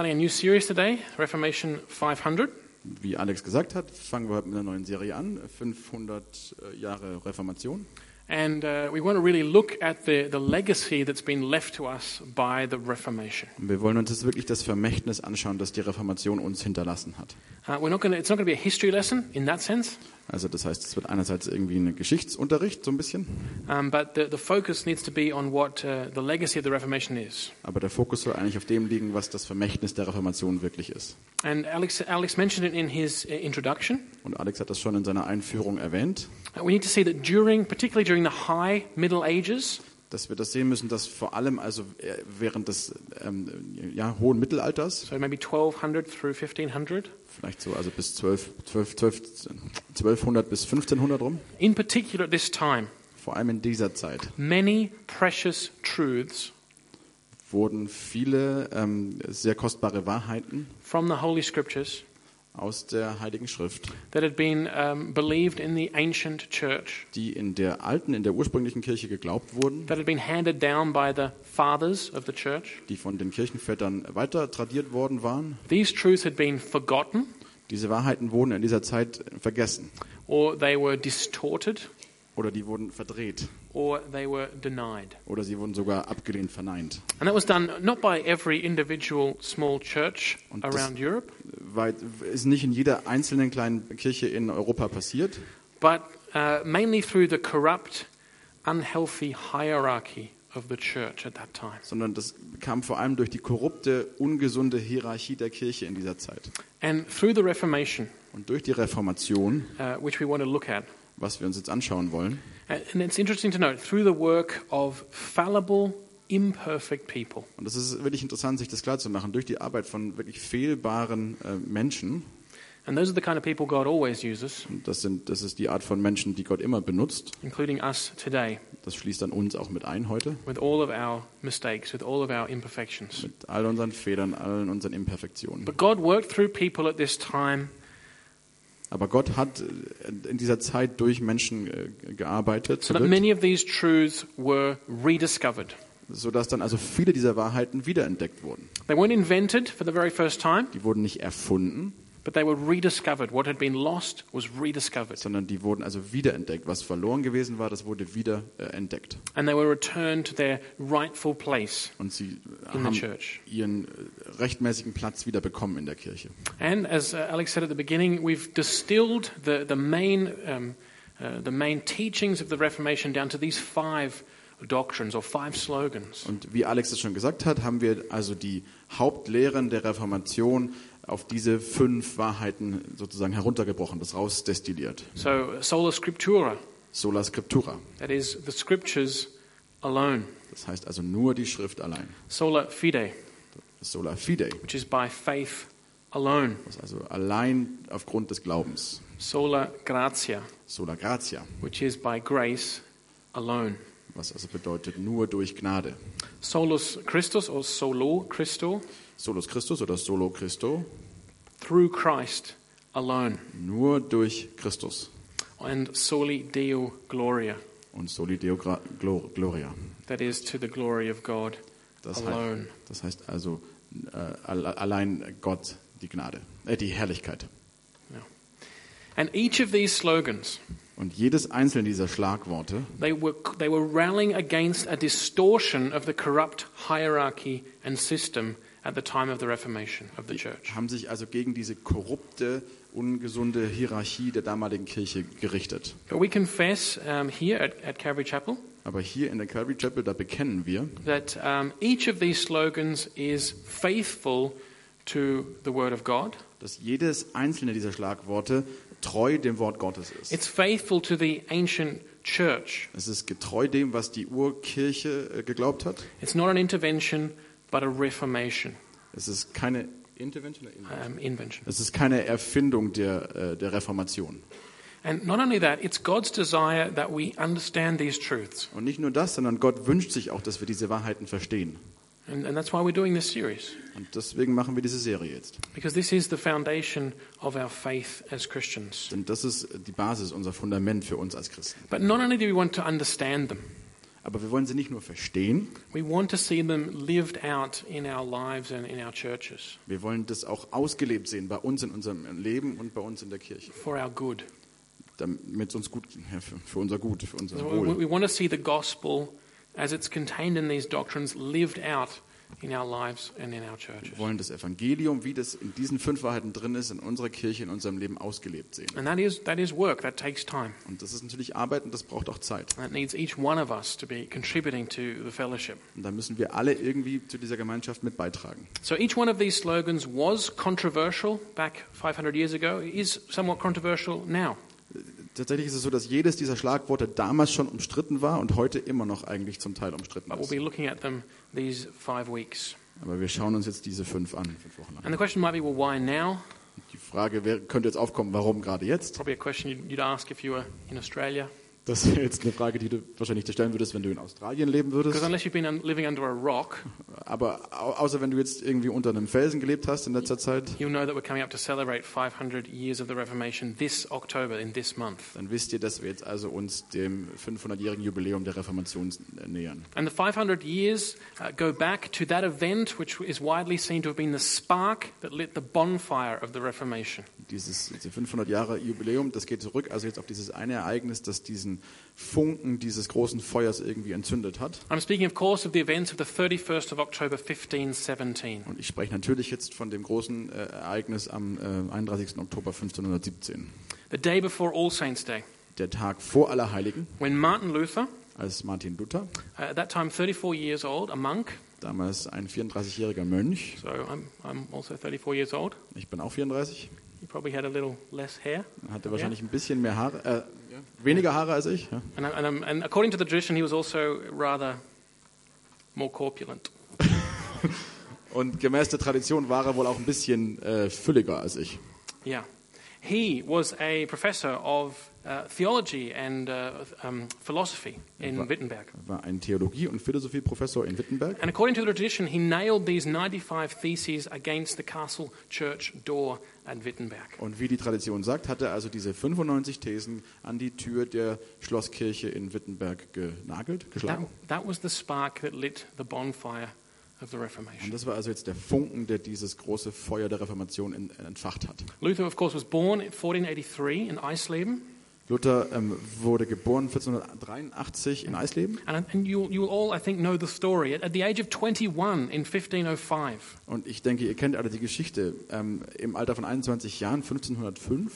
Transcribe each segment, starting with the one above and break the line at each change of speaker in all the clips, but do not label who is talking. Starting a new series today, Reformation 500.
Wie Alex gesagt hat, fangen wir heute mit einer neuen Serie an, 500 Jahre Reformation.
And uh, we want to really look at the, the legacy that's been left to us by the Reformation.
Und wir wollen uns jetzt wirklich das Vermächtnis anschauen, das die Reformation uns hinterlassen hat.
Uh, we're not gonna, it's not going to be a history lesson in that sense,
Also das heißt, es wird einerseits irgendwie ein Geschichtsunterricht so ein bisschen,
um, but the, the focus needs to be on what uh, the legacy of the Reformation is.
aber der Fokus soll eigentlich auf dem liegen, was das Vermächtnis der Reformation wirklich ist.
And Alex, Alex mentioned it in his uh, introduction.
Und Alex hat das schon in seiner Einführung erwähnt,
Uh, we need to see that during, particularly during the High Middle Ages,
dass wir das sehen müssen, dass vor allem also äh, während des ähm, ja, hohen Mittelalters,
so maybe 1200 through 1500,
vielleicht so also bis 12, 12, 12, 1200 bis 1500 rum,
in particular at this time,
vor allem in dieser Zeit
many precious truths
wurden viele ähm, sehr kostbare Wahrheiten
from the Holy Scriptures
aus der Heiligen Schrift,
that had been um, believed in the ancient church,
die in der alten, in der ursprünglichen Kirche geglaubt wurden,
that had been handed down by the fathers of the church.
die von den Kirchenvätern weiter tradiert worden waren.
These truths had been forgotten
Diese Wahrheiten wurden in dieser Zeit vergessen
or they were distorted
oder die wurden verdreht
or they were denied.
oder sie wurden sogar abgelehnt, verneint.
And that was done not by every individual small church
Und das-
around Europe,
Weil ist nicht in jeder einzelnen kleinen Kirche in Europa passiert,
but uh, mainly through the corrupt, unhealthy hierarchy of the church at that time.
sondern das kam vor allem durch die korrupte, ungesunde Hierarchie der Kirche in dieser Zeit.
And through the Reformation,
Und durch die Reformation,
uh, which we want to look at,
was wir uns jetzt anschauen wollen,
And it's interesting to note through the work of fallible, imperfect people,
Und das ist wirklich interessant, sich das klarzumachen, durch die Arbeit von wirklich fehlbaren äh, Menschen,
and those are the kind of people God always uses,
und das, sind, das ist die Art von Menschen, die Gott immer benutzt,
including us today,
das schließt dann uns auch mit ein heute,
with all of our mistakes, with all of our imperfections.
mit all unseren Fehlern, allen unseren Imperfektionen.
But God worked through people at this time
Aber Gott hat äh, in dieser Zeit durch Menschen äh, gearbeitet,
so that
gewirkt,
many of these truths were rediscovered.
sodass dann also viele dieser Wahrheiten wiederentdeckt wurden.
They weren't invented for the very first time,
Die wurden nicht erfunden,
but they were rediscovered. What had been lost was rediscovered,
sondern die wurden also wiederentdeckt. Was verloren gewesen war, das wurde wieder äh, entdeckt.
and they were returned to their rightful place.
Und sie
In the
haben
church.
ihren äh, rechtmäßigen Platz wieder bekommen in der Kirche.
And as uh, Alex said at the beginning, we've distilled the, the, main, um, uh, the main teachings of the Reformation down to these five doctrines or five slogans.
Und wie Alex es schon gesagt hat, haben wir also die Hauptlehren der Reformation auf diese fünf Wahrheiten sozusagen heruntergebrochen, das rausdestilliert.
So, sola scriptura,
Sola Scriptura,
that is, the scriptures alone.
das heißt also nur die Schrift allein.
Sola fide,
Sola Fide,
which is by faith alone.
das ist also allein aufgrund des Glaubens.
Sola gratia,
Sola Gratia,
which is by grace alone.
was also bedeutet nur durch Gnade.
Solus Christus or solo Christo,
Solus Christus oder Solo Christo,
through Christ alone.
nur durch Christus.
And soli Deo gloria,
Und Soli Deo Gra- Glo- Gloria,
that is to the glory of God
das heißt,
alone.
das heißt also äh, alle- allein Gott die Gnade, äh, die Herrlichkeit.
And each of these slogans,
Und jedes einzelne dieser Schlagworte,
they were, they were rallying against a distortion of the corrupt hierarchy and system at the time of the Reformation of the church.
haben sich also gegen diese korrupte, ungesunde Hierarchie der damaligen Kirche gerichtet.
But we confess um, here at, at Calvary Chapel
Aber hier in der Calvary Chapel, da bekennen wir,
that um, each of these slogans is faithful to the Word of God.
dass jedes einzelne dieser Schlagworte treu dem Wort Gottes ist.
It's faithful to the ancient church.
Es ist getreu dem, was die Urkirche äh, geglaubt hat.
It's not an intervention, but a reformation,
Es ist keine Intervention.
um, invention.
Es ist keine Erfindung der, äh, der Reformation.
And not only that, it's God's desire that we understand these truths.
Und nicht nur das, sondern Gott wünscht sich auch, dass wir diese Wahrheiten verstehen.
And, and that's why we're doing this series,
Und deswegen machen wir diese Serie jetzt.
because this is the foundation of our faith as Christians.
Denn das ist die Basis, unser Fundament für uns als Christen.
But not only do we want to understand them,
Aber wir wollen sie nicht nur verstehen,
We want to see them lived out in our lives and in our churches
wir wollen das auch ausgelebt sehen bei uns in unserem Leben und bei uns in der Kirche,
for our good.
damit es uns gut ging, ja, für, für unser Gut, für unser
So we,
Wohl.
we want to see the gospel as it's contained in these doctrines lived out in our lives and in our churches.
Wir wollen das Evangelium, wie das in diesen fünf Wahrheiten drin ist, in unserer Kirche, in unserem Leben ausgelebt sehen.
And that is, that is work, that takes time.
Und das ist natürlich Arbeit und das braucht auch Zeit.
That needs each one of us to be contributing to the fellowship.
Und da müssen wir alle irgendwie zu dieser Gemeinschaft mit beitragen.
So each one of these slogans was controversial back 500 years ago, It is somewhat controversial now.
Tatsächlich ist es so, dass jedes dieser Schlagworte damals schon umstritten war und heute immer noch eigentlich zum Teil umstritten
But we'll
ist.
be looking at them these five weeks.
Aber wir schauen uns jetzt diese fünf an, fünf Wochen lang.
And the question might be, well, why now?
Die Frage wäre, könnte jetzt aufkommen, warum gerade jetzt?
Probably a question you'd- you'd ask if you were in Australia.
Das wäre jetzt eine Frage, die du wahrscheinlich dir stellen würdest, wenn du in Australien leben würdest.
Because unless you've been un- living under a rock,
Aber au- außer wenn du jetzt irgendwie unter einem Felsen gelebt hast in letzter Zeit,
you'll know that we're coming up to celebrate 500 years of the Reformation this October, in this month.
dann wisst ihr, dass wir jetzt also uns dem 500-jährigen Jubiläum der Reformation äh, nähern.
And the 500 years uh, go back to that event which is widely seen to have been the spark that lit the bonfire of the Reformation.
Dieses diese 500 Jahre Jubiläum, das geht zurück also jetzt auf dieses eine Ereignis, das diesen Funken dieses großen Feuers irgendwie entzündet hat.
I'm speaking, of course, of the events of the 31st of October 1517.
Und ich spreche natürlich jetzt von dem großen äh, Ereignis am äh, 31. Oktober 1517,
The day before All Saints' Day,
der Tag vor Allerheiligen,
when Martin Luther,
als Martin Luther,
uh, at that time 34 years old, a monk,
damals ein 34-jähriger Mönch,
so I'm, I'm also 34 years old,
ich bin auch 34,
he probably had a little less hair.
hatte wahrscheinlich ein bisschen mehr Haare, äh, weniger Haare als ich. Ja.
And, I- and, I'm- and according to the tradition, he was also rather more corpulent.
Und gemäß der Tradition war er wohl auch ein bisschen äh, fülliger als ich.
Yeah. He was a professor of uh, theology and uh, um, philosophy in
but-
Wittenberg.
Er war ein Theologie- und Philosophieprofessor in Wittenberg.
And according to the tradition, he nailed these 95 theses against the castle church door at Wittenberg.
Und wie die Tradition sagt, hat er also diese 95 Thesen an die Tür der Schlosskirche in Wittenberg genagelt,
That,
geschlagen.
that was the spark that lit the bonfire of the
Und
Reformation.
das war also jetzt der Funken, der dieses große Feuer der Reformation in, entfacht hat.
Luther, of course, was born in 1483 in Eisleben.
Luther ähm, wurde geboren 1483 in Eisleben
And, and you'll, you'll all, I think, know the story. At, at the age of 21 in 1505,
und ich denke, ihr kennt alle die Geschichte. Ähm, Im Alter von 21 Jahren, 1505,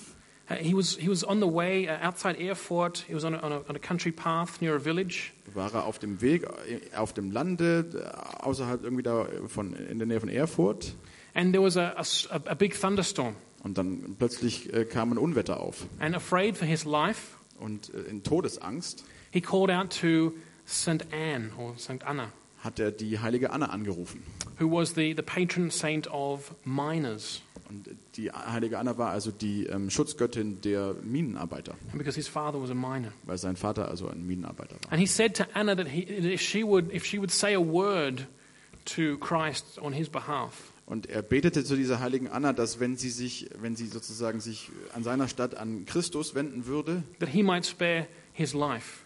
uh, he, was, he was on the way uh, outside Erfurt. He was on a, on, a, on a country path near a village.
war er auf dem Weg äh, auf dem Lande, äh, außerhalb irgendwie da von, in der Nähe von Erfurt.
And there was a, a s- a- a big thunderstorm.
Und dann plötzlich äh, kam ein Unwetter auf.
And afraid for his life,
Und äh, in Todesangst
he called out to St. Anne, or St. Anna,
hat er die heilige Anna angerufen.
who was the, the patron saint of miners.
Und die heilige Anna war also die ähm, Schutzgöttin der Minenarbeiter,
And because his father was a miner.
weil sein Vater also ein Minenarbeiter war.
And he said to Anna that, he, that if, she would, if she would say a word to Christ on his behalf,
Und er betete zu dieser heiligen Anna, dass wenn sie sich, wenn sie sozusagen sich an seiner Stadt an Christus wenden würde,
that he might spare his life.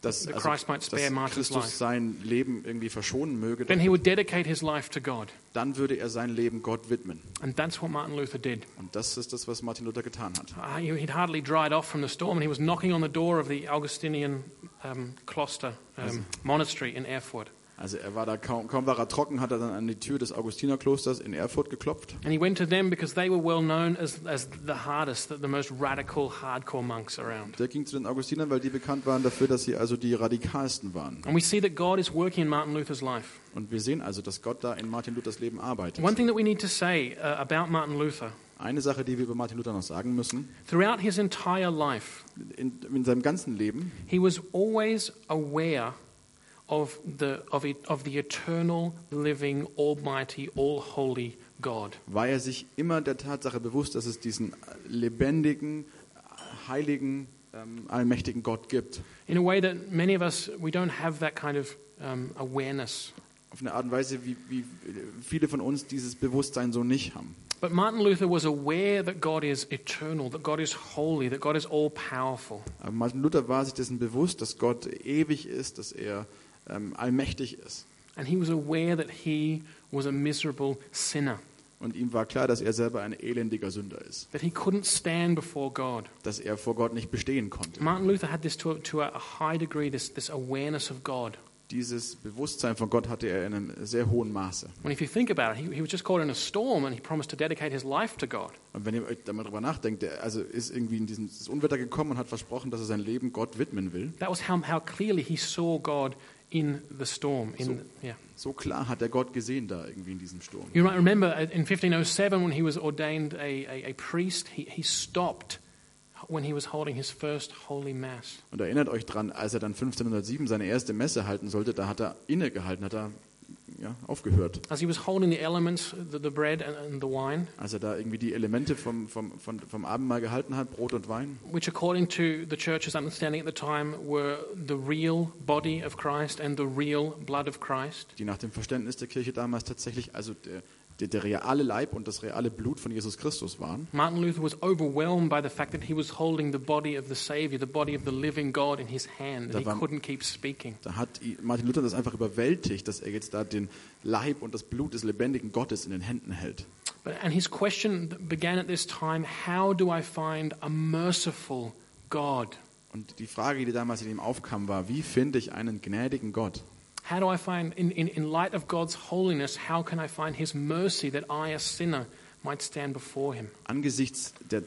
dass,
That
also,
Christ might
dass
spare Martin's life.
Christus sein Leben irgendwie verschonen möge,
Then he would dedicate his life to God.
dann würde er sein Leben Gott widmen.
And that's what Martin Luther did.
Und das ist das, was Martin Luther getan hat.
Uh, he- he'd hardly dried off from the storm, and he was knocking on the door of the Augustinian um, cloister um, monastery in Erfurt.
Also er war da kaum, kaum war er trocken, hat er dann an die Tür des Augustinerklosters in Erfurt geklopft.
And he went to them because they were well known as, as the hardest, the, the most radical, hardcore monks around.
Der ging zu den Augustinern, weil die bekannt waren dafür, dass sie also die radikalsten waren.
And we see that God is working in Martin Luther's life.
Und wir sehen also, dass Gott da in Martin Luthers Leben arbeitet.
One thing that we need to say uh, about Martin Luther
Eine Sache, die wir über Martin Luther noch sagen müssen,
throughout his entire life,
in, in seinem ganzen Leben
he was always aware of the, of, it, of the eternal, living, almighty, all holy God.
war er sich immer der Tatsache bewusst, dass es diesen lebendigen, heiligen, ähm, allmächtigen Gott gibt.
In a way that many of us, we don't have that kind of um, awareness.
Auf eine Art und Weise, wie, wie viele von uns dieses Bewusstsein so nicht haben.
But Martin Luther was aware that God is eternal, that God is holy, that God is all powerful.
Aber Martin Luther war sich dessen bewusst, dass Gott ewig ist, dass er ähm, allmächtig ist.
And he was aware that he was a miserable sinner,
Und ihm war klar, dass er selber ein elendiger Sünder ist,
that he couldn't stand before God.
dass er vor Gott nicht bestehen konnte.
Martin Luther had this to, to a high degree, this, this awareness of God.
Dieses Bewusstsein von Gott hatte er in einem sehr hohen Maße.
And if you think about it, he, he was just caught in a storm and he promised to dedicate his life to God.
Und wenn ihr euch da mal drüber nachdenkt, der also ist irgendwie in dieses Unwetter gekommen und hat versprochen, dass er sein Leben Gott widmen will.
That was how, how clearly he saw God in the storm. In,
So-
yeah.
So klar hat er Gott gesehen da irgendwie in diesem Sturm.
You might remember uh, in 1507 when he was ordained a, a, a priest, he, he stopped when he was holding his first Holy Mass.
Und erinnert euch dran, als er dann 1507 seine erste Messe halten sollte, da hat er innegehalten, hat er ja, aufgehört.
As he was holding the elements, the, the bread and, and the wine,
Als er da irgendwie die Elemente vom, vom, vom, vom Abendmahl gehalten hat, Brot und Wein,
which according to the church's understanding at the time were the real body of Christ and the real blood of Christ,
die nach dem Verständnis der Kirche damals tatsächlich, also der, der, der reale Leib und das reale Blut von Jesus Christus waren,
Martin Luther was overwhelmed by the fact that he was holding the body of the Savior, the body of the living God in his hand, and
Da
he
waren-
couldn't keep speaking.
da hat i- Martin Luther das einfach überwältigt, dass er jetzt da den Leib und das Blut des lebendigen Gottes in den Händen hält.
But, and his question began at this time how do I find a merciful God?
Und die Frage, die damals in ihm aufkam, war, wie finde ich einen gnädigen Gott?
How do I find, in, in, in light of God's holiness, how can I find his mercy that I, a sinner, might stand before him?
angesichts der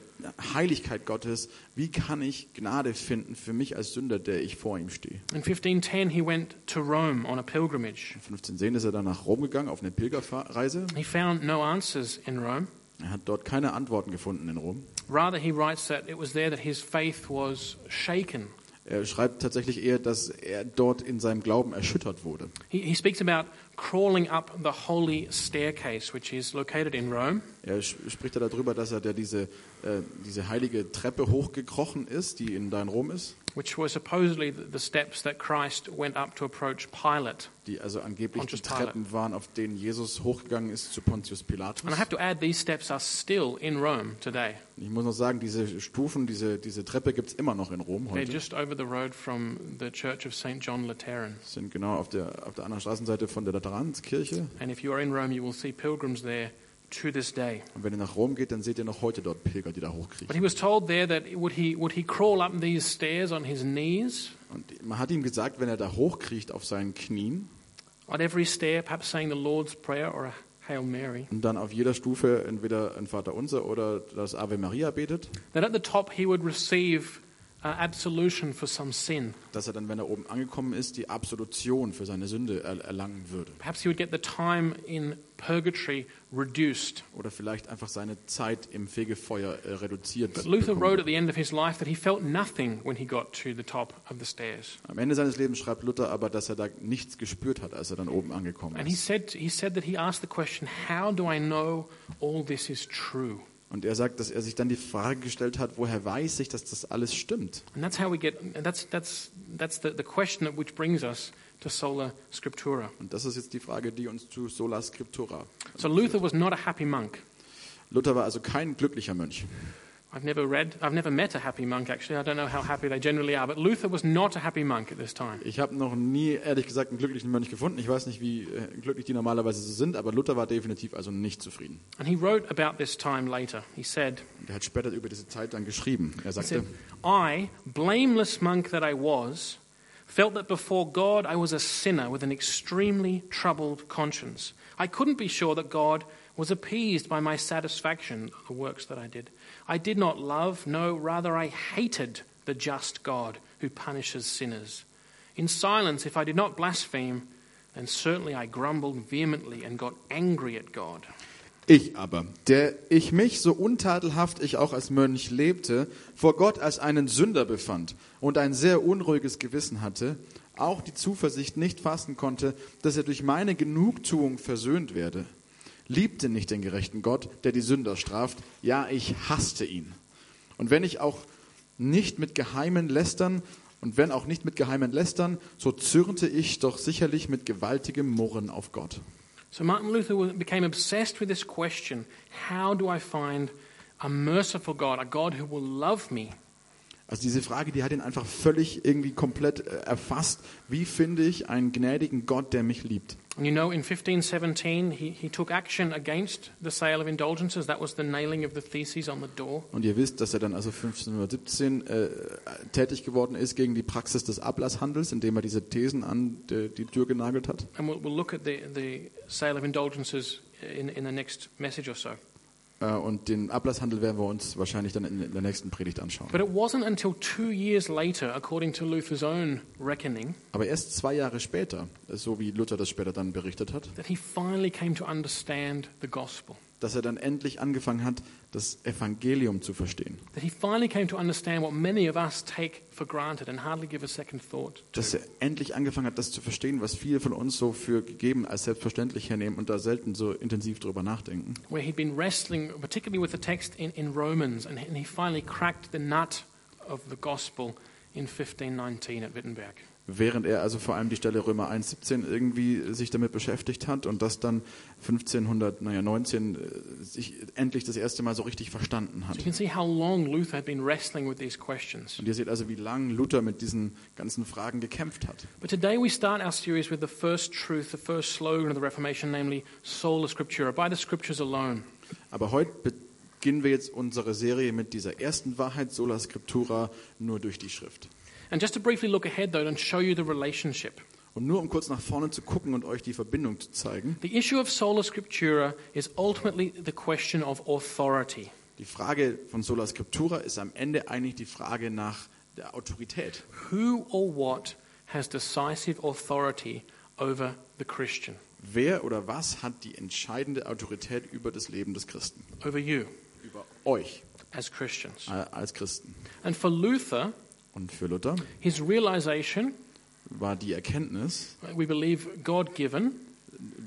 Heiligkeit Gottes, wie kann ich Gnade finden für mich als Sünder, der ich vor ihm stehe?
In 1510, he went to Rome on a pilgrimage.
1510 ist er dann nach Rom gegangen auf eine Pilgerreise.
He found no answers in Rome.
Er hat dort keine Antworten gefunden in Rom.
Rather, he writes that it was there that his faith was shaken.
Er schreibt tatsächlich eher, dass er dort in seinem Glauben erschüttert wurde.
He, he speaks about crawling up the holy staircase, which is located in Rome.
Er sch- spricht ja darüber, dass er da diese, äh, diese heilige Treppe hochgekrochen ist, die in dein Rom ist,
which were supposedly the the steps that Christ went up to approach Pilate.
die also angeblich die
Pontius Pilate.
Treppen waren, auf denen Jesus hochgegangen ist zu Pontius Pilatus.
And I have to add, these steps are still in Rome today.
Ich muss noch sagen, diese Stufen, diese, diese Treppe gibt es immer noch in Rom heute.
They're just over the road from the Church of St. John Lateran.
sind genau auf der, auf der anderen Straßenseite von der Lateranskirche.
And if you are in Rome, you will see pilgrims there to this day.
Und wenn ihr nach Rom geht, dann seht ihr noch heute dort Pilger, die da
But
hochkriechen.
he was told there that would he, would he crawl up these stairs on his knees,
Und man hat ihm gesagt, wenn er da hochkriecht auf seinen Knien
on every stair, perhaps saying the Lord's Prayer or a Hail Mary,
und dann auf jeder Stufe entweder ein Vater Unser oder das Ave Maria betet,
that at the top he would receive uh, absolution for some sin.
dass er dann, wenn er oben angekommen ist, die Absolution für seine Sünde er erlangen würde.
Perhaps he would get the time in purgatory reduced.
Oder vielleicht einfach seine Zeit im Fegefeuer äh, reduziert.
But Luther
bekommen
wrote at
würde.
the end of his life that he felt nothing when he got to the top of the stairs.
Am Ende seines Lebens schreibt Luther aber, dass er da nichts gespürt hat, als er dann oben angekommen
And he
ist.
said, he said that he asked the question, How do I know all this is true?
Und er sagt, dass er sich dann die Frage gestellt hat, woher weiß ich, dass das alles stimmt?
And that's how we get, and that's, that's, that's the, the question that which brings us to Sola Scriptura.
Und das ist jetzt die Frage, die uns zu Sola Scriptura.
So Luther was not a happy monk.
Luther war also kein glücklicher Mönch.
I've never read, I've never met a happy monk actually. I don't know how happy they generally are, but Luther was not a happy monk at this time.
Ich habe noch nie, ehrlich gesagt, einen glücklichen Mönch gefunden. Ich weiß nicht, wie äh, glücklich die normalerweise so sind, aber Luther war definitiv also nicht zufrieden.
And he wrote about this time later. He said,
Und er hat später über diese Zeit dann geschrieben. Er
He said,
sagte,
I, blameless monk that I was, felt that before God I was a sinner with an extremely troubled conscience. I couldn't be sure that God was appeased by my satisfaction of the works that I did. I did not love, no, rather I hated the just God who punishes sinners. In silence, if I did not blaspheme, then certainly I grumbled vehemently and got angry at God.
ich aber, der ich mich so untadelhaft ich auch als Mönch lebte, vor Gott als einen Sünder befand und ein sehr unruhiges Gewissen hatte, auch die Zuversicht nicht fassen konnte, dass er durch meine Genugtuung versöhnt werde. liebte nicht den gerechten Gott, der die Sünder straft, ja, ich hasste ihn. Und wenn ich auch nicht mit geheimen Lästern, und wenn auch nicht mit geheimen Lästern, so zürnte ich doch sicherlich mit gewaltigem Murren auf Gott.
So Martin Luther was- became obsessed with this question how do I find a merciful God, a God who will love me?
Also diese Frage, die hat ihn einfach völlig irgendwie komplett äh, erfasst. Wie finde ich einen gnädigen Gott, der mich liebt?
And you know, in 1517, he, he took action against the sale of indulgences. That was the nailing of the theses on the door.
Und ihr wisst, dass er dann also 1517 äh, tätig geworden ist gegen die Praxis des Ablasshandels, indem er diese Thesen an äh, die Tür genagelt hat.
And we'll, we'll look at the, the sale of indulgences in, in the next message or so.
Äh, und den Ablasshandel werden wir uns wahrscheinlich dann in der nächsten Predigt anschauen.
But it wasn't until two years later, according to Luther's own reckoning,
Aber erst zwei Jahre später, äh, so wie Luther das später dann berichtet hat,
that he finally came to understand the gospel,
dass er dann endlich angefangen hat, das Evangelium zu verstehen.
that he finally came to understand what many of us take for granted and hardly give a second thought.
Dass er endlich angefangen hat, das zu verstehen, was viele von uns so für gegeben als selbstverständlich hernehmen und da selten so intensiv drüber nachdenken.
Where he'd been wrestling, particularly with the text in, in Romans, and, and he finally cracked the nut of the gospel in 1519 at Wittenberg.
Während er also vor allem die Stelle Römer 1,17 irgendwie sich damit beschäftigt hat und das dann 1519 äh, sich endlich das erste Mal so richtig verstanden hat.
You can see how long Luther had been wrestling with these questions.
Und ihr seht also, wie lange Luther mit diesen ganzen Fragen gekämpft hat.
But today we start our series with the first truth, the first slogan of the Reformation, namely sola scriptura, by the scriptures alone.
Aber heute beginnen wir jetzt unsere Serie mit dieser ersten Wahrheit, Sola Scriptura, nur durch die Schrift.
And just to briefly look ahead, though, and show you the relationship.
Und nur um kurz nach vorne zu gucken und euch die Verbindung zu zeigen,
The issue of sola scriptura is ultimately the question of authority.
die Frage von Sola Scriptura ist am Ende eigentlich die Frage nach der Autorität.
Who or what has decisive authority over the Christian,
Wer oder was hat die entscheidende Autorität über das Leben des Christen?
over you
Über euch
as Christians?
äh, als Christen.
And for Luther,
Und für Luther
his realization, uh,
war die Erkenntnis,
we believe God given,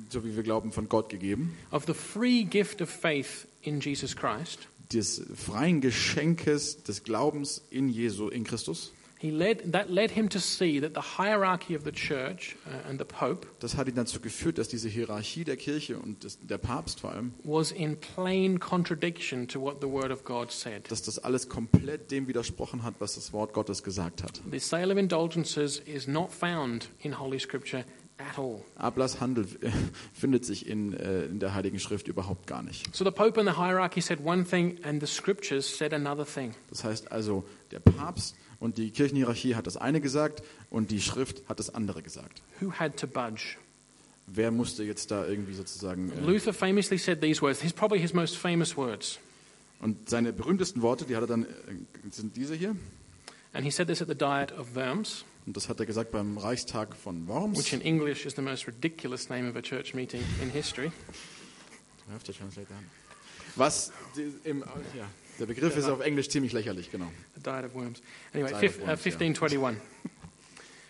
so wie wir glauben, von Gott gegeben,
of the free gift of faith in Jesus Christ.
des freien Geschenkes des Glaubens in Jesu, in Christus.
He led, that led him to see that the hierarchy of the church uh, and the pope
Das hat ihn dazu geführt, dass diese Hierarchie der Kirche und des, der Papst vor allem,
was in plain contradiction to what the Word of God said.
dass das alles komplett dem widersprochen hat, was das Wort Gottes gesagt hat.
The sale of indulgences is not found in Holy Scripture at all.
Ablasshandel äh, findet sich in, äh, in der Heiligen Schrift überhaupt gar nicht.
So the Pope and the hierarchy said one thing, and the Scriptures said another thing.
Das heißt also, der Papst und die Kirchenhierarchie hat das eine gesagt und die Schrift hat das andere gesagt.
Who had to budge?
Wer musste jetzt da irgendwie sozusagen... Äh,
Luther famously said these words. His probably his most famous words,
und seine berühmtesten Worte, die hat er dann, äh, sind diese hier.
and he said this at the Diet of Worms,
Und das hat er gesagt beim Reichstag von Worms.
which in English is the most ridiculous name of a church meeting in history.
Was die- im, ja, der Begriff ist auf Englisch ziemlich lächerlich, genau.
The Diet of Worms. Anyway,
Diet
fif-
of
uh,
Worms, yeah.
1521.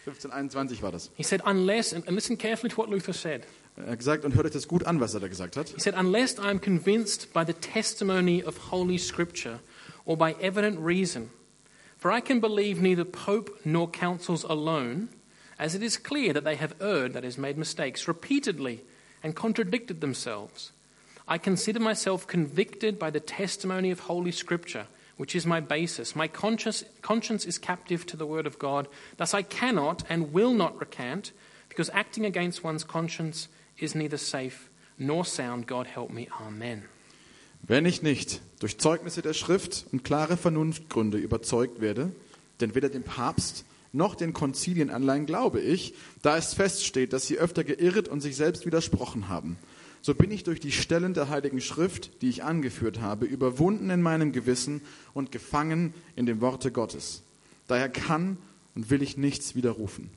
1521 war das.
He said, unless, and and listen carefully to what Luther said.
Er hat gesagt, und hört euch das gut an, was er da gesagt hat.
He said, unless I am convinced by the testimony of Holy Scripture or by evident reason, for I can believe neither Pope nor councils alone, as it is clear that they have erred, that is, made mistakes, repeatedly and contradicted themselves. I consider myself convicted by the testimony of Holy Scripture, which is my basis. My conscience, conscience is captive to the Word of God. Thus I cannot and will not recant, because acting against one's conscience is neither safe nor sound. God help me. Amen.
Wenn ich nicht durch Zeugnisse der Schrift und klare Vernunftgründe überzeugt werde, denn weder dem Papst noch den Konzilien allein glaube ich, da es feststeht, dass sie öfter geirrt und sich selbst widersprochen haben. So bin ich durch die Stellen der Heiligen Schrift, die ich angeführt habe, überwunden in meinem Gewissen und gefangen in dem Worte Gottes. Daher kann und will ich nichts widerrufen,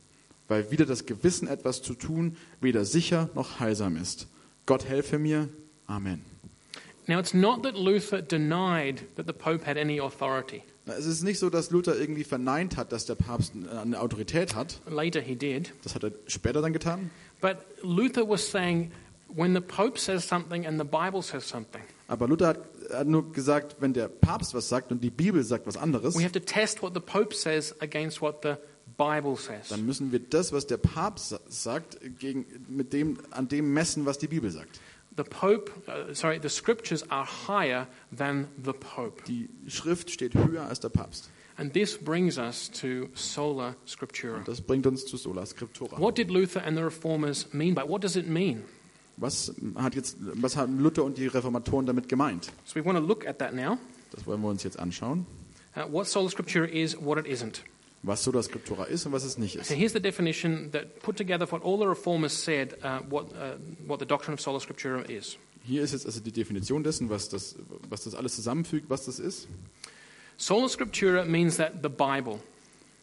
weil wieder das Gewissen etwas zu tun weder sicher noch heilsam ist. Gott helfe mir. Amen.
Now, it's not that Luther denied that the Pope had any authority.
Na, Es ist nicht so, dass Luther irgendwie verneint hat, dass der Papst eine Autorität hat.
Later he did.
Das hat er später dann getan.
But Luther was saying when the Pope says something and the Bible says something,
Aber Luther hat, hat nur gesagt, wenn der Papst was sagt und die Bibel sagt was anderes,
we have to test what the Pope says against what the Bible says.
dann müssen wir das, was der Papst sa- sagt, gegen, mit dem, an dem messen, was die Bibel sagt.
The Pope, uh, sorry, the scriptures are higher than the Pope.
Die Schrift steht höher als der Papst.
And this brings us to sola
Und
scriptura.
das bringt uns zu Sola Scriptura.
What did Luther and the Reformers mean by it? What does it mean?
Was hat jetzt, was haben Luther und die Reformatoren damit gemeint?
So we want to look at that now.
Das wollen wir uns jetzt anschauen.
Uh, what sola scriptura is, what it isn't.
Was Sola Scriptura ist und was es nicht
So
ist.
here's the definition that put together what all the reformers said, uh, what, uh, what the doctrine of sola scriptura is.
Hier ist jetzt also die Definition dessen, was das, was das alles zusammenfügt, was das ist.
Sola scriptura means that the Bible,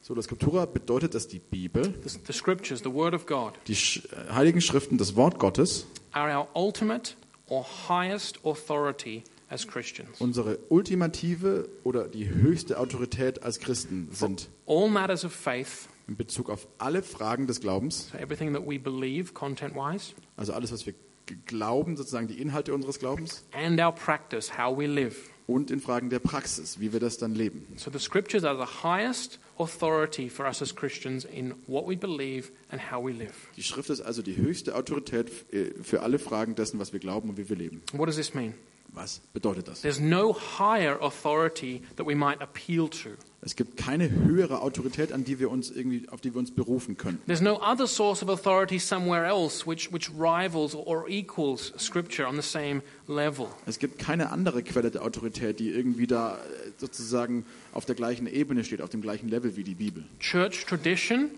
Sola Scriptura bedeutet, dass die Bibel,
the, the scriptures, the Word of God,
die Sch äh, Heiligen Schriften, das Wort Gottes,
are our ultimate or highest authority as Christians.
unsere ultimative oder die höchste Autorität als Christen sind.
All matters of faith,
In Bezug auf alle Fragen des Glaubens,
so everything that we believe content wise,
also alles, was wir g- glauben, sozusagen die Inhalte unseres Glaubens,
and our practice, how we live.
und in Fragen der Praxis, wie wir das dann leben.
So the scriptures are the highest authority for us as Christians in what we believe and how we live.
Die Schrift ist also die höchste Autorität äh, für alle Fragen dessen, was wir glauben und wie wir leben.
What does this mean?
Was bedeutet das?
There's no higher authority that we might appeal to.
Es gibt keine höhere Autorität, an die wir uns irgendwie, auf die wir uns berufen können.
There's no other source of authority somewhere else which, which rivals or equals Scripture on the same level.
Es gibt keine andere Quelle der Autorität, die irgendwie da äh, sozusagen auf der gleichen Ebene steht, auf dem gleichen Level wie die Bibel.
Church tradition,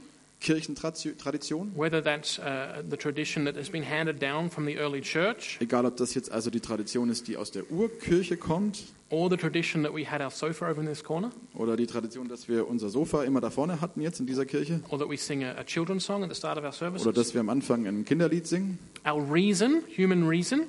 Kirchentradition,
whether that's uh, the tradition that has been handed down from the early church
egal ob das jetzt also die Tradition ist, die aus der Urkirche kommt
or the tradition that we had our sofa over in this corner
oder die Tradition, dass wir unser Sofa immer da vorne hatten jetzt in dieser Kirche
or that we sing a, a children's song at the start of our
oder
services.
dass wir am Anfang ein Kinderlied singen,
Our reason, human reason,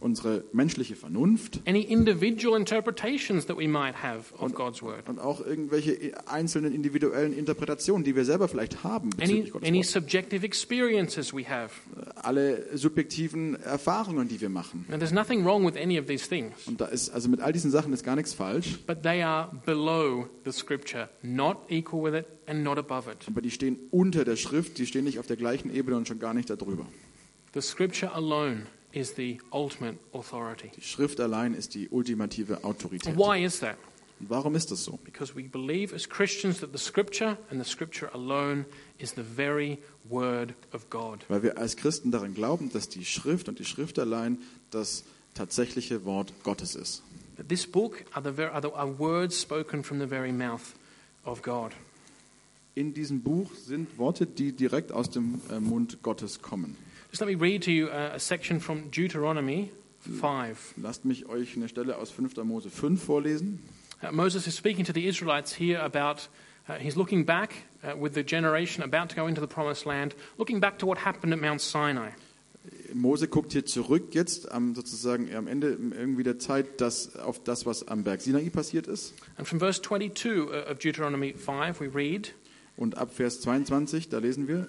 unsere menschliche Vernunft
any individual interpretations that we might have of God's word.
und auch irgendwelche einzelnen individuellen Interpretationen, die wir selber vielleicht haben bezüglich
Any,
Gottes
any
Wort.
subjective experiences we have.
Alle subjektiven Erfahrungen, die wir machen.
Now, there's nothing wrong with any of these things,
Und da ist also mit all diesen Sachen ist gar nichts falsch.
but they are below the scripture, not equal with it and not above it.
Aber die stehen unter der Schrift, die stehen nicht auf der gleichen Ebene und schon gar nicht darüber.
The scripture alone is the ultimate authority.
Die Schrift allein ist die ultimative Autorität.
Why is that?
Und warum ist das so?
Because we believe as Christians that the scripture and the scripture alone is the very word of God.
Weil wir als Christen daran glauben, dass die Schrift und die Schrift allein das tatsächliche Wort Gottes ist.
That this book are, the ver- are, the, are words spoken from the very mouth of God.
In diesem Buch sind Worte, die direkt aus dem äh, Mund Gottes kommen.
Just let me read to you a, a section from Deuteronomy 5.
Lasst mich euch eine Stelle aus 5. Mose 5 vorlesen.
Uh, Moses is speaking to the Israelites here about, uh, he's looking back uh, with the generation about to go into the promised land, looking back to what happened at Mount Sinai.
Mose guckt hier zurück jetzt am, sozusagen am Ende irgendwie der Zeit das, auf das, was am Berg Sinai passiert ist.
And from verse 22 of Deuteronomy 5, we read,
Und ab Vers 22, da lesen wir,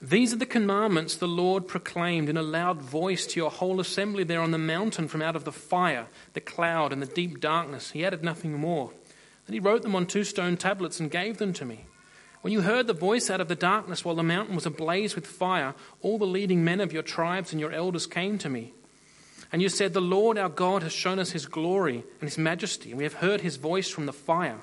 These are the commandments the Lord proclaimed in a loud voice to your whole assembly there on the mountain from out of the fire, the cloud, and the deep darkness. He added nothing more. Then he wrote them on two stone tablets and gave them to me. When you heard the voice out of the darkness while the mountain was ablaze with fire, all the leading men of your tribes and your elders came to me. And you said, The Lord our God has shown us his glory and his majesty, and we have heard his voice from the fire.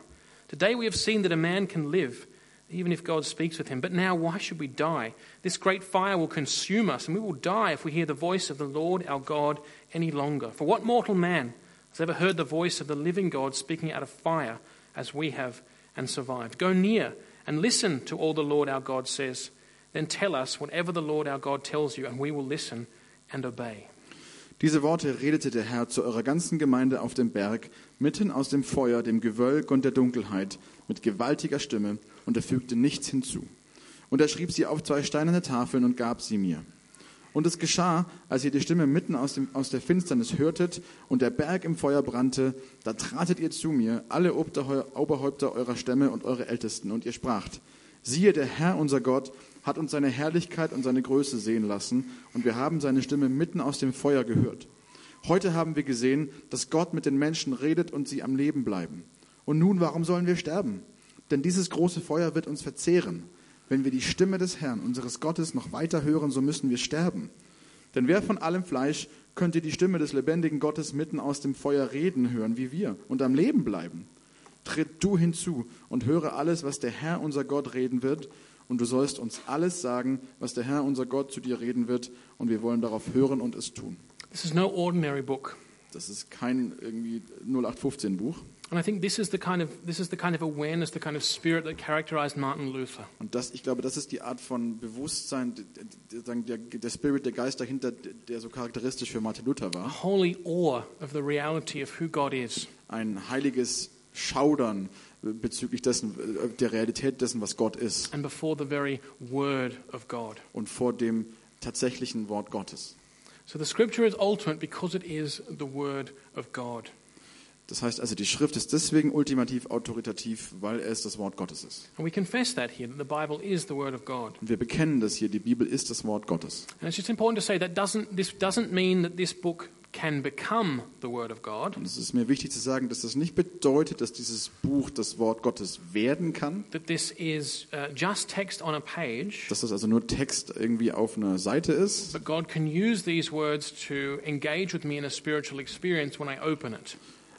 Today we have seen that a man can live, even if God speaks with him. But now, why should we die? This great fire will consume us, and we will die if we hear the voice of the Lord our God any longer. For what mortal man has ever heard the voice of the living God speaking out of fire as we have and survived? Go near and listen to all the Lord our God says. Then tell us whatever the Lord our God tells you, and we will listen and obey.
Diese Worte redete der Herr zu eurer ganzen Gemeinde auf dem Berg, mitten aus dem Feuer, dem Gewölk und der Dunkelheit, mit gewaltiger Stimme, und er fügte nichts hinzu. Und er schrieb sie auf zwei steinerne Tafeln und gab sie mir. Und es geschah, als ihr die Stimme mitten aus, dem, aus der Finsternis hörtet und der Berg im Feuer brannte, da tratet ihr zu mir, alle Obderheu- Oberhäupter eurer Stämme und eure Ältesten, und ihr spracht, siehe, der Herr, unser Gott, hat uns seine Herrlichkeit und seine Größe sehen lassen, und wir haben seine Stimme mitten aus dem Feuer gehört. Heute haben wir gesehen, dass Gott mit den Menschen redet und sie am Leben bleiben. Und nun, warum sollen wir sterben? Denn dieses große Feuer wird uns verzehren. Wenn wir die Stimme des Herrn, unseres Gottes, noch weiter hören, so müssen wir sterben. Denn wer von allem Fleisch könnte die Stimme des lebendigen Gottes mitten aus dem Feuer reden hören, wie wir, und am Leben bleiben? Tritt du hinzu und höre alles, was der Herr, unser Gott, reden wird, und du sollst uns alles sagen, was der Herr, unser Gott, zu dir reden wird, und wir wollen darauf hören und es tun.
This is no ordinary book.
Das ist kein irgendwie 0815-Buch.
And I think this is the kind of, this is the kind of awareness, the kind of spirit that characterized Martin Luther.
Und das, ich glaube, das ist die Art von Bewusstsein, die- die- sagen, der, der Spirit, der Geist dahinter, der so charakteristisch für Martin Luther
A
war.
holy awe of the reality of who God is.
Ein heiliges Schaudern bezüglich dessen, äh, der Realität dessen, was Gott ist
and before the very word of God.
und vor dem tatsächlichen Wort Gottes.
So the scripture is ultimate because it is the word of God.
Das heißt also, die Schrift ist deswegen ultimativ autoritativ, weil es das Wort Gottes ist.
And we confess that here, that the Bible is the word of God.
Und wir bekennen das hier, die Bibel ist das Wort Gottes.
And it's just important to say that doesn't, this doesn't mean that this book can become the word of God,
Und es ist mir wichtig zu sagen, dass das nicht bedeutet, dass dieses Buch das Wort Gottes werden kann,
that this is uh, just text on a page,
dass das also nur Text irgendwie auf einer Seite ist,
but God can use these words to engage with me in a spiritual experience when I open it.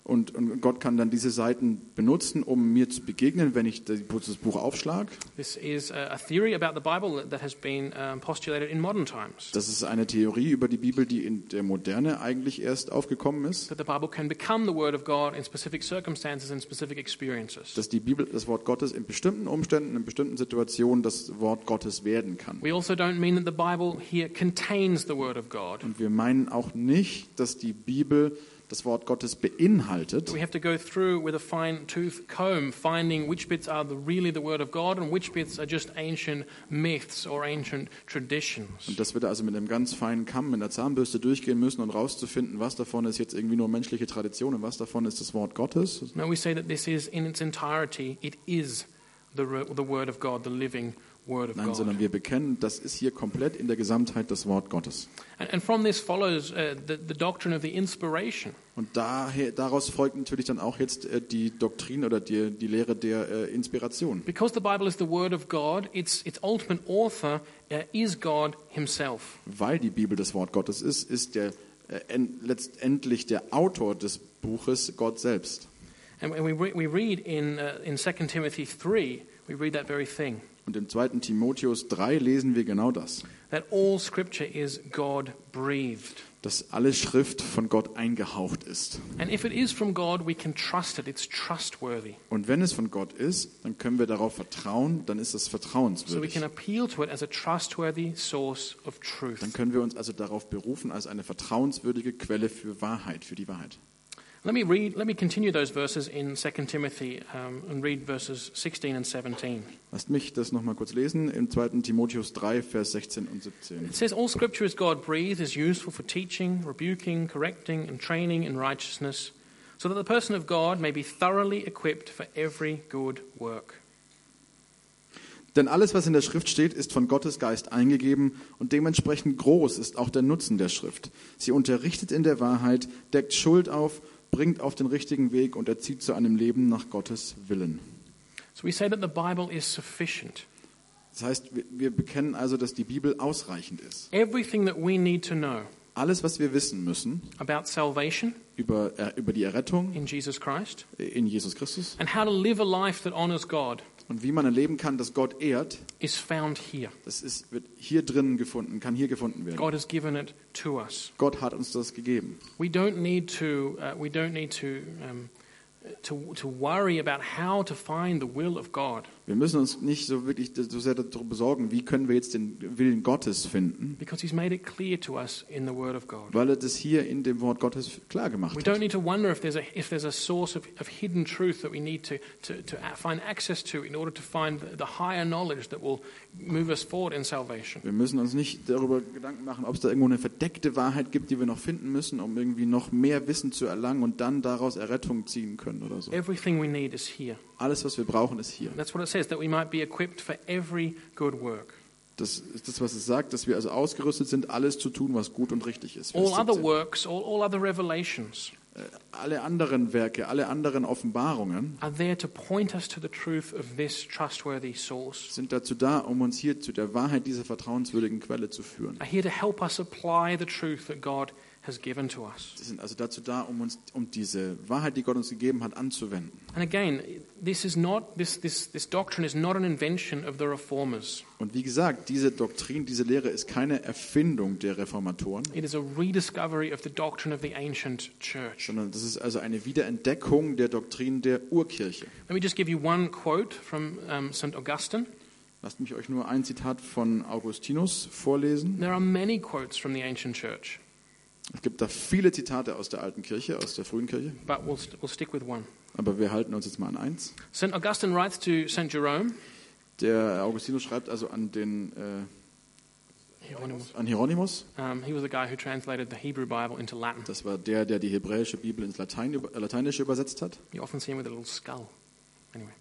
Und, und Gott kann dann diese Seiten benutzen, um mir zu begegnen, wenn ich das Buch aufschlag.
This is a a theory about the Bible that has been um, postulated in modern times.
Das ist eine Theorie über die Bibel, die in der Moderne eigentlich erst aufgekommen ist,
that the Bible can become the Word of God in specific circumstances and specific experiences.
dass die Bibel das Wort Gottes in bestimmten Umständen, in bestimmten Situationen das Wort Gottes werden kann.
We also don't mean that the Bible here contains the Word of God.
Und wir meinen auch nicht, dass die Bibel das Wort Gottes beinhaltet.
We have to go through with a fine tooth comb, finding which bits are the, really the Word of God and which bits are just ancient myths or ancient traditions.
Und dass wir da also mit einem ganz feinen Kamm, mit einer Zahnbürste durchgehen müssen und rauszufinden, was davon ist jetzt irgendwie nur menschliche Tradition und was davon ist das Wort Gottes.
No, we say that this is in its entirety, it is the, ro- the Word of God, the living Word of
Nein, sondern
God.
wir bekennen, das ist hier komplett in der Gesamtheit das Wort Gottes.
And, and from this follows uh, the, the doctrine of the inspiration.
Und daher, daraus folgt natürlich dann auch jetzt äh, die Doktrin oder die, die Lehre der äh, Inspiration.
Because the Bible is the Word of God, its, its ultimate author uh, is God Himself.
Weil die Bibel das Wort Gottes ist, ist der, äh, en, letztendlich der Autor des Buches Gott selbst.
And we, re- we read in, uh, in 2 Timothy 3, we read that very thing
Und im 2. Timotheus 3 lesen wir genau das,
that all Scripture is God breathed.
dass alle Schrift von Gott eingehaucht ist.
And if it is from God, we can trust it, it's trustworthy.
Und wenn es von Gott ist, dann können wir darauf vertrauen, dann ist es
So we
vertrauenswürdig.
can appeal to it as a trustworthy source of
Dann
truth.
können wir uns also darauf berufen als eine vertrauenswürdige Quelle für Wahrheit, für die Wahrheit.
Let me read, let me continue those verses in 2 Timothy um, and read verses 16 and 17.
Lasst mich das nochmal kurz lesen im 2. Timotheus 3, Vers 16 und 17.
It says, All scripture is God breathed, is useful for teaching, rebuking, correcting, and training in righteousness, so that the person of God may be thoroughly equipped for every good work.
Denn alles, was in der Schrift steht, ist von Gottes Geist eingegeben und dementsprechend groß ist auch der Nutzen der Schrift. Sie unterrichtet in der Wahrheit, deckt Schuld auf, bringt auf den richtigen Weg und erzieht zu einem Leben nach Gottes Willen.
So we say that the Bible is sufficient.
Das heißt, wir- wir bekennen also, dass die Bibel ausreichend ist.
Everything that we need to know
Alles, was wir wissen müssen,
about salvation
über, äh, über die Errettung
in Jesus Christ
in Jesus Christus
and how to live a life that honors God
und wie man erleben kann, dass Gott ehrt,
is found here.
das ist, wird hier drinnen gefunden, kann hier gefunden werden.
God has given it to us.
Gott hat uns das gegeben.
We don't need to, uh, we don't need to, um, to, to worry about how to find the will of God.
Wir müssen uns nicht so wirklich so sehr darüber sorgen, wie können wir jetzt den Willen Gottes finden,
Because he's made it clear to us in the Word of God.
weil er das hier in dem Wort Gottes klar gemacht
We don't
hat.
need to wonder if there's a, if there's a source of, of hidden truth that we need to, to, to a- find access to in order to find the, the higher knowledge that will move us forward in salvation.
Wir müssen uns nicht darüber Gedanken machen, ob es da irgendwo eine verdeckte Wahrheit gibt, die wir noch finden müssen, um irgendwie noch mehr Wissen zu erlangen und dann daraus Errettung ziehen können oder so.
Everything we need is here.
Alles, was wir brauchen, ist hier.
That's what it says, that we might be equipped for every good work.
Das ist das, was es sagt, dass wir also ausgerüstet sind, alles zu tun, was gut und richtig ist. Vers
All other
17.
works, all, all other revelations
alle anderen Werke, alle anderen Offenbarungen
are there to point us to the truth of this trustworthy source,
sind dazu da, um uns hier zu der Wahrheit dieser vertrauenswürdigen Quelle zu führen.
are here to help us apply the truth that God has given to us.
Sie sind also dazu da, um uns um diese Wahrheit, die Gott uns gegeben hat, anzuwenden.
And again, this, is not, this, this, this doctrine is not an invention of the reformers,
Und wie gesagt, diese Doktrin, diese Lehre ist keine Erfindung der Reformatoren,
it is a rediscovery of the doctrine of the ancient church.
sondern das ist also eine Wiederentdeckung der Doktrin der Urkirche.
Let me just give you one quote from um, St. Augustine.
Lasst mich euch nur ein Zitat von Augustinus vorlesen.
There are many quotes from the ancient church,
Es gibt da viele Zitate aus der alten Kirche, aus der frühen Kirche,
but we'll, st- we'll stick with one.
aber wir halten uns jetzt mal an eins.
St. Augustine writes to St. Jerome.
Der Augustinus schreibt also an den äh, an Hieronymus,
Um, he was the guy who translated the Hebrew Bible into Latin.
das war der, der die hebräische Bibel ins Latein, über- äh, Lateinische übersetzt hat.
You often see him with a little skull. Anyway,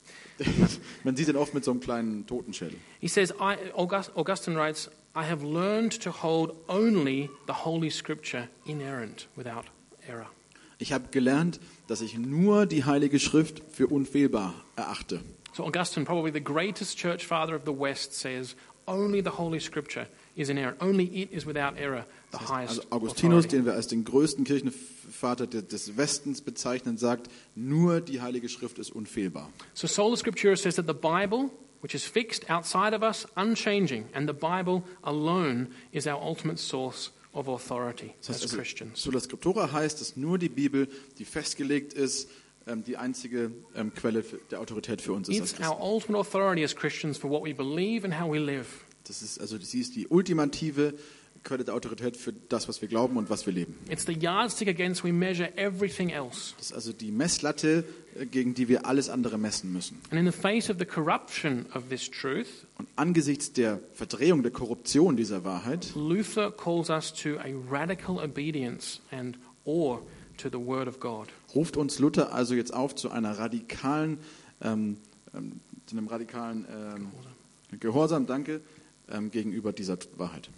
Man sieht ihn oft mit so einem kleinen Totenschädel.
he says, I, August, Augustine writes, I have learned to hold only the Holy Scripture inerrant, without error.
Ich habe gelernt, dass ich nur die Heilige Schrift für unfehlbar erachte.
So Augustine, probably the greatest church father of the West, says, only the Holy Scripture is inerrant. Only it is without error, the highest
Also Augustinus,
authority.
den wir als den größten Kirchenvater de- des Westens bezeichnen, sagt, nur die Heilige Schrift ist unfehlbar.
So Sola Scriptura says that the Bible, which is fixed outside of us, unchanging, and the Bible alone is our ultimate source of authority
Das heißt
as
also,
Christians.
Sola Scriptura heißt, dass nur die Bibel, die festgelegt ist, ähm, die einzige ähm, Quelle für- der Autorität für uns ist. als
It's our
Christen.
ultimate authority as Christians for what we believe and how we live.
Das ist also sie ist die ultimative Quelle der Autorität für das, was wir glauben und was wir leben.
It's the yardstick against we measure everything else.
Das ist also die Messlatte, äh, gegen die wir alles andere messen müssen.
And in the face of the corruption of this truth,
Und angesichts der Verdrehung, der Korruption dieser Wahrheit,
Luther calls us to a radical obedience and awe to the Word of God.
ruft uns Luther also jetzt auf zu einer radikalen, ähm, ähm, zu einem radikalen ähm, Gehorsam, danke, ähm, gegenüber dieser Wahrheit.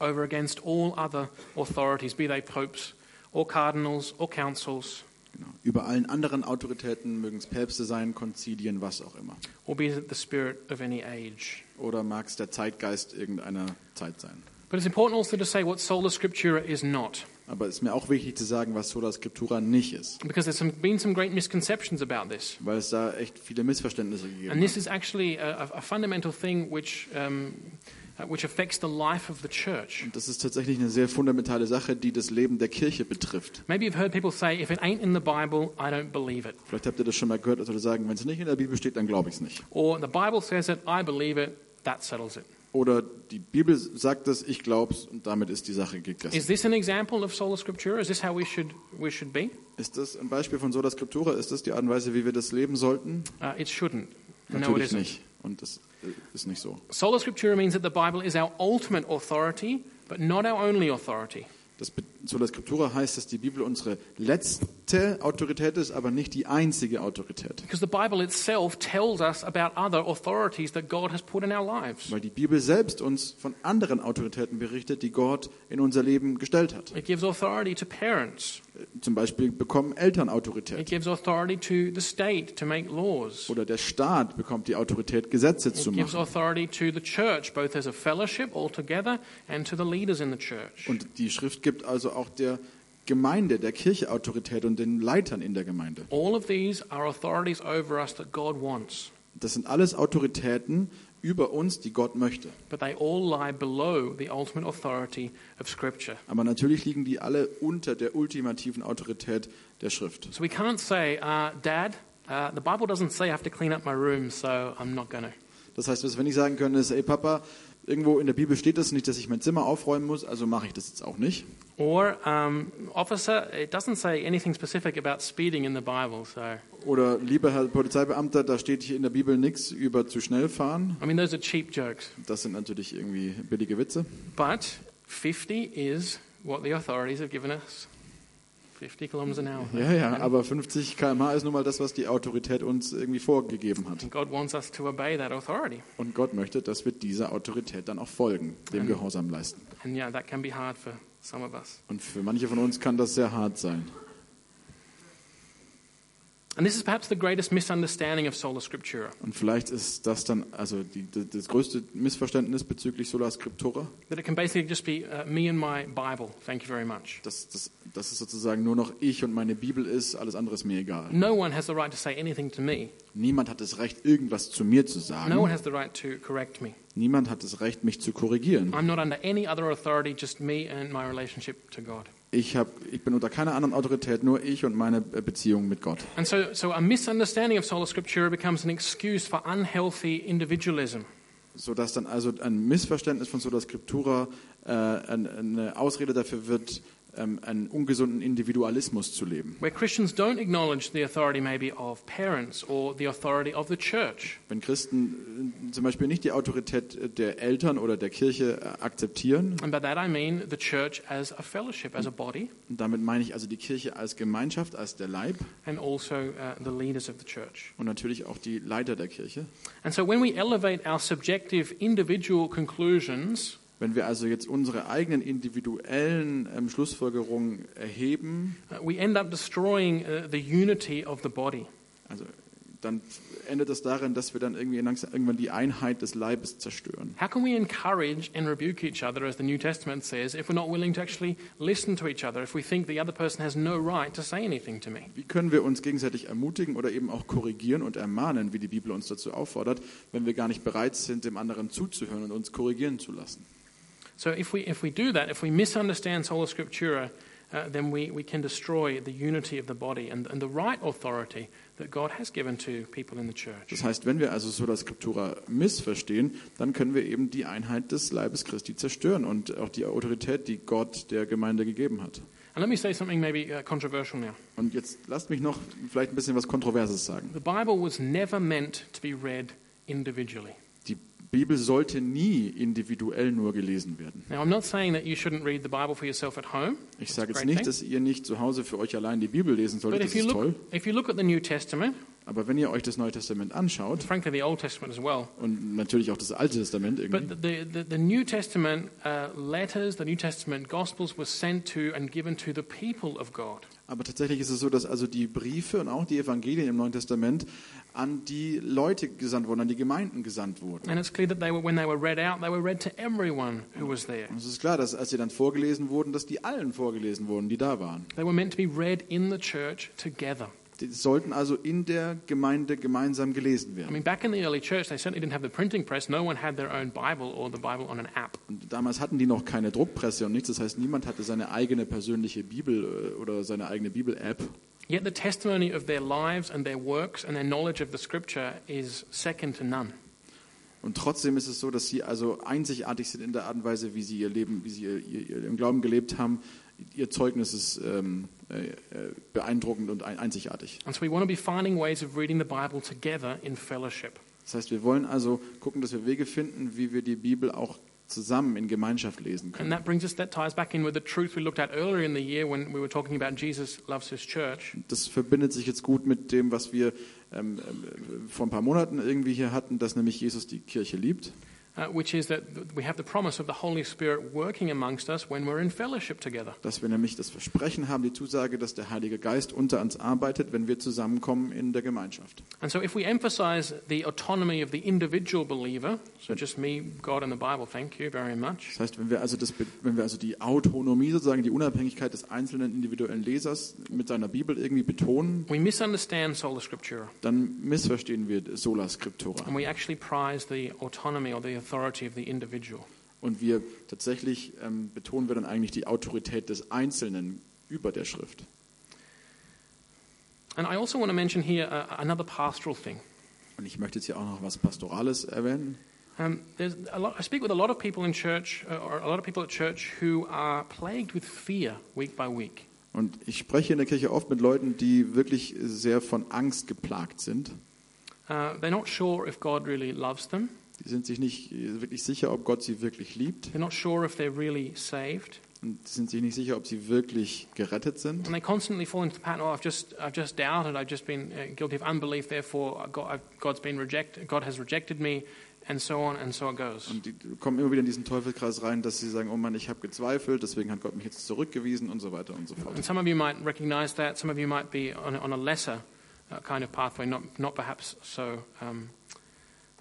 over against all other authorities, be they popes or cardinals or councils,
Genau. Über allen anderen Autoritäten, mögen es Päpste sein, Konzilien, was auch immer.
or be it the spirit of any age.
Oder mag es der Zeitgeist irgendeiner Zeit sein.
But it's important also to say what sola scriptura is not,
Aber es ist mir auch wichtig zu sagen, was Sola Scriptura nicht ist,
because there's some, been some great misconceptions about this.
weil es da echt viele Missverständnisse gegeben
And this
hat.
is actually a, a- a fundamental thing which, um, uh, which affects the life of the church.
Und das ist tatsächlich eine sehr fundamentale Sache, die das Leben der Kirche betrifft.
Maybe you've heard people say, if it ain't in the Bible, I don't believe it.
Vielleicht habt ihr das schon mal gehört, dass Leute sagen, wenn es nicht in der Bibel steht, dann glaube ich es nicht.
Or the Bible says it, I believe it, that settles it.
Oder die Bibel sagt es, ich glaub's und damit ist die Sache gegessen.
Is this an example of sola scriptura? Is this how we should, we should be?
Ist das ein Beispiel von Sola Scriptura? Ist das die Art und Weise, wie wir das leben sollten?
Uh, it shouldn't. no, it
Natürlich
isn't.
nicht. Und das äh, ist nicht so.
Sola Scriptura means that the Bible is our ultimate authority, but not our only authority.
Das Be- Sola Scriptura heißt, dass die Bibel unsere letzte Autorität ist, aber nicht die einzige Autorität.
Because the Bible itself tells us about other authorities that God has put in our lives.
Weil die Bibel selbst uns von anderen Autoritäten berichtet, die Gott in unser Leben gestellt hat.
It gives authority to parents.
Äh, Zum Beispiel bekommen Eltern
It
Autorität.
gives authority to the state to make laws.
Oder der Staat bekommt die Autorität, Gesetze zu
It gives
machen.
authority to the church, both as a fellowship altogether and to the leaders in the church.
Und die Schrift gibt also auch der Gemeinde, der Kirche Autorität und den Leitern in der Gemeinde.
All of these are authorities over us that God wants,
Das sind alles Autoritäten über uns, die Gott möchte.
but they all lie below the ultimate authority of Scripture.
Aber natürlich liegen die alle unter der ultimativen Autorität der Schrift.
So we can't say, uh, Dad, uh, the Bible doesn't say I have to clean up my room, so I'm not going to.
Das heißt, was wir nicht sagen können, ist, ey Papa, irgendwo in der Bibel steht das nicht, dass ich mein Zimmer aufräumen muss, also mache ich das jetzt auch nicht.
Or, um, Officer, it doesn't say anything specific about speeding in the Bible, so.
Oder lieber Herr Polizeibeamter, da steht hier in der Bibel nichts über zu schnell fahren.
I mean, those are cheap jokes.
Das sind natürlich irgendwie billige Witze.
But 50 is what the authorities have given us 50 kilometers an hour.
Ja, ja, aber 50 km/h ist nun mal das, was die Autorität uns irgendwie vorgegeben hat.
And God wants us to obey that authority.
Und Gott möchte, dass wir dieser Autorität dann auch folgen, dem Gehorsam leisten.
And yeah, that can be hard for some of us.
Und für manche von uns kann das sehr hart sein.
And this is perhaps the greatest misunderstanding of sola scriptura
Und vielleicht ist das dann also die, die, das größte Missverständnis bezüglich Sola Scriptura,
that it can basically just be uh, me and my Bible, thank you very much.
dass, dass, dass es sozusagen nur noch ich und meine Bibel ist, alles andere ist mir egal.
No one has the right to say anything to me,
Niemand hat das Recht, irgendwas zu mir zu
no one
sagen.
has the right to correct me.
Niemand hat das Recht, mich zu korrigieren.
I'm not under any other authority, just me and my relationship to God.
Ich, hab, ich bin unter keiner anderen Autorität, nur ich und meine äh, Beziehung mit Gott.
And so, so a misunderstanding of sola scriptura becomes an excuse for unhealthy individualism.
sodass dann also ein Missverständnis von Sola Scriptura äh, ein- eine Ausrede dafür wird, ähm, einen ungesunden Individualismus zu leben.
where Christians don't acknowledge the authority maybe of parents or the authority of the church.
Wenn Christen äh, zum Beispiel nicht die Autorität äh, der Eltern oder der Kirche äh, akzeptieren,
And by that I mean the church as a fellowship, as a body,
und damit meine ich also die Kirche als Gemeinschaft, als der Leib
and also uh, the leaders of the church.
und natürlich auch die Leiter der Kirche.
And so when we elevate our subjective individual conclusions
Wenn wir also jetzt unsere eigenen individuellen ähm, Schlussfolgerungen erheben,
Uh, we end up destroying uh, the unity of the body.
also dann endet das darin, dass wir dann irgendwie langsam irgendwann die Einheit des Leibes zerstören.
How can we encourage and rebuke each other, as the New Testament says, if we're not willing to actually listen to each other, if we think the other person has no right to say anything to me?
Wie können wir uns gegenseitig ermutigen oder eben auch korrigieren und ermahnen, wie die Bibel uns dazu auffordert, wenn wir gar nicht bereit sind, dem anderen zuzuhören und uns korrigieren zu lassen?
So if we, if we do that, if we misunderstand Sola Scriptura, uh, then we, we can destroy the unity of the body and, and the right authority that God has given to people in the church.
Das heißt, wenn wir also Sola Scriptura missverstehen, dann können wir eben die Einheit des Leibes Christi zerstören und auch die Autorität, die Gott der Gemeinde gegeben hat.
And let me say something maybe uh, controversial now.
Und jetzt lasst mich noch vielleicht ein bisschen was Kontroverses sagen.
The Bible was never meant to be read individually.
Die Bibel sollte nie individuell nur gelesen werden.
Now, I'm not saying that you shouldn't read the Bible for yourself at home,
Ich sage
Great
jetzt nicht,
thing.
dass ihr nicht zu Hause für euch allein die Bibel lesen
but
solltet,
if
das
you,
ist toll.
look, if you look at the New Testament,
Aber wenn ihr euch das Neue Testament anschaut,
frankly, the Old Testament as well,
Und natürlich auch das Alte Testament irgendwie.
But the, the, the New Testament uh, letters, the New Testament Gospels were sent to and given to the people of God.
Aber tatsächlich ist es so, dass also die Briefe und auch die Evangelien im Neuen Testament an die Leute gesandt wurden, an die Gemeinden gesandt wurden.
And it's clear that they were, when they were read out, they were read to everyone who was there.
Und es ist klar, dass als sie dann vorgelesen wurden, dass die allen vorgelesen wurden, die da waren.
They were meant to be read in the church together.
Die sollten also in der Gemeinde gemeinsam gelesen
I
werden.
mean, back in the early church, they certainly didn't have the printing press. No one had their own Bible or the Bible on an app.
Und damals hatten die noch keine Druckpresse und nichts, das heißt, niemand hatte seine eigene persönliche Bibel äh, oder seine eigene Bibel-App.
Yet the testimony of their lives and their works and their knowledge of the scripture is second to none.
Und trotzdem ist es so, dass sie also einzigartig sind in der Art und Weise, wie sie ihr Leben, wie sie ihr, ihr, ihr im Glauben gelebt haben. Ihr Zeugnis ist ähm, äh, äh, beeindruckend und ein, einzigartig.
And so we want to be finding ways of reading the Bible together in fellowship.
Das heißt, wir wollen also gucken, dass wir Wege finden, wie wir die Bibel auch zusammen in Gemeinschaft lesen
And
können.
that brings us, that ties back in with the truth we looked at earlier in the year when we were talking about Jesus loves his church.
Das verbindet sich jetzt gut mit dem, was wir ähm, ähm, vor ein paar Monaten irgendwie hier hatten, dass nämlich Jesus die Kirche liebt.
uh, which is that we have the promise of the Holy Spirit working amongst us when we're in fellowship together.
Dass wir nämlich das Versprechen haben, die Zusage, dass der Heilige Geist unter uns arbeitet, wenn wir zusammenkommen in der Gemeinschaft.
And so, if we emphasize the autonomy of the individual believer, so just me, God, and the Bible, thank you very much,
Das heißt, wenn wir also, das, wenn wir also die Autonomie, sozusagen die Unabhängigkeit des einzelnen individuellen Lesers mit seiner Bibel irgendwie betonen,
we misunderstand Sola Scriptura
dann missverstehen wir Sola Scriptura.
and we actually prize the autonomy or the authority of the individual.
Und wir tatsächlich ähm, betonen wir dann eigentlich die Autorität des Einzelnen über der Schrift.
And I also want to mention here uh, another pastoral thing.
Und ich möchte jetzt hier auch noch was Pastorales erwähnen.
Um, there's a lot, I speak with a lot of people in church, uh, or a lot of people at church who are plagued with fear week by week.
Und ich spreche in der Kirche oft mit Leuten, die wirklich sehr von Angst geplagt sind.
Uh, they're not sure if God really loves them.
Die sind sich nicht äh, wirklich sicher, ob Gott sie wirklich liebt.
They're not sure if they're really saved.
Und sind sich nicht sicher, ob sie wirklich gerettet sind.
And they constantly fall into the pattern, oh, I've just, I've just doubted, I've just been uh, guilty of unbelief, therefore God, I've, God's been rejected, God has rejected me, and so on and so it goes.
Und die kommen immer wieder in diesen Teufelskreis rein, dass sie sagen, oh Mann, ich habe gezweifelt, deswegen hat Gott mich jetzt zurückgewiesen und so weiter und so fort.
And some of you might recognize that, some of you might be on, on a lesser that kind of pathway, not, not perhaps so, um,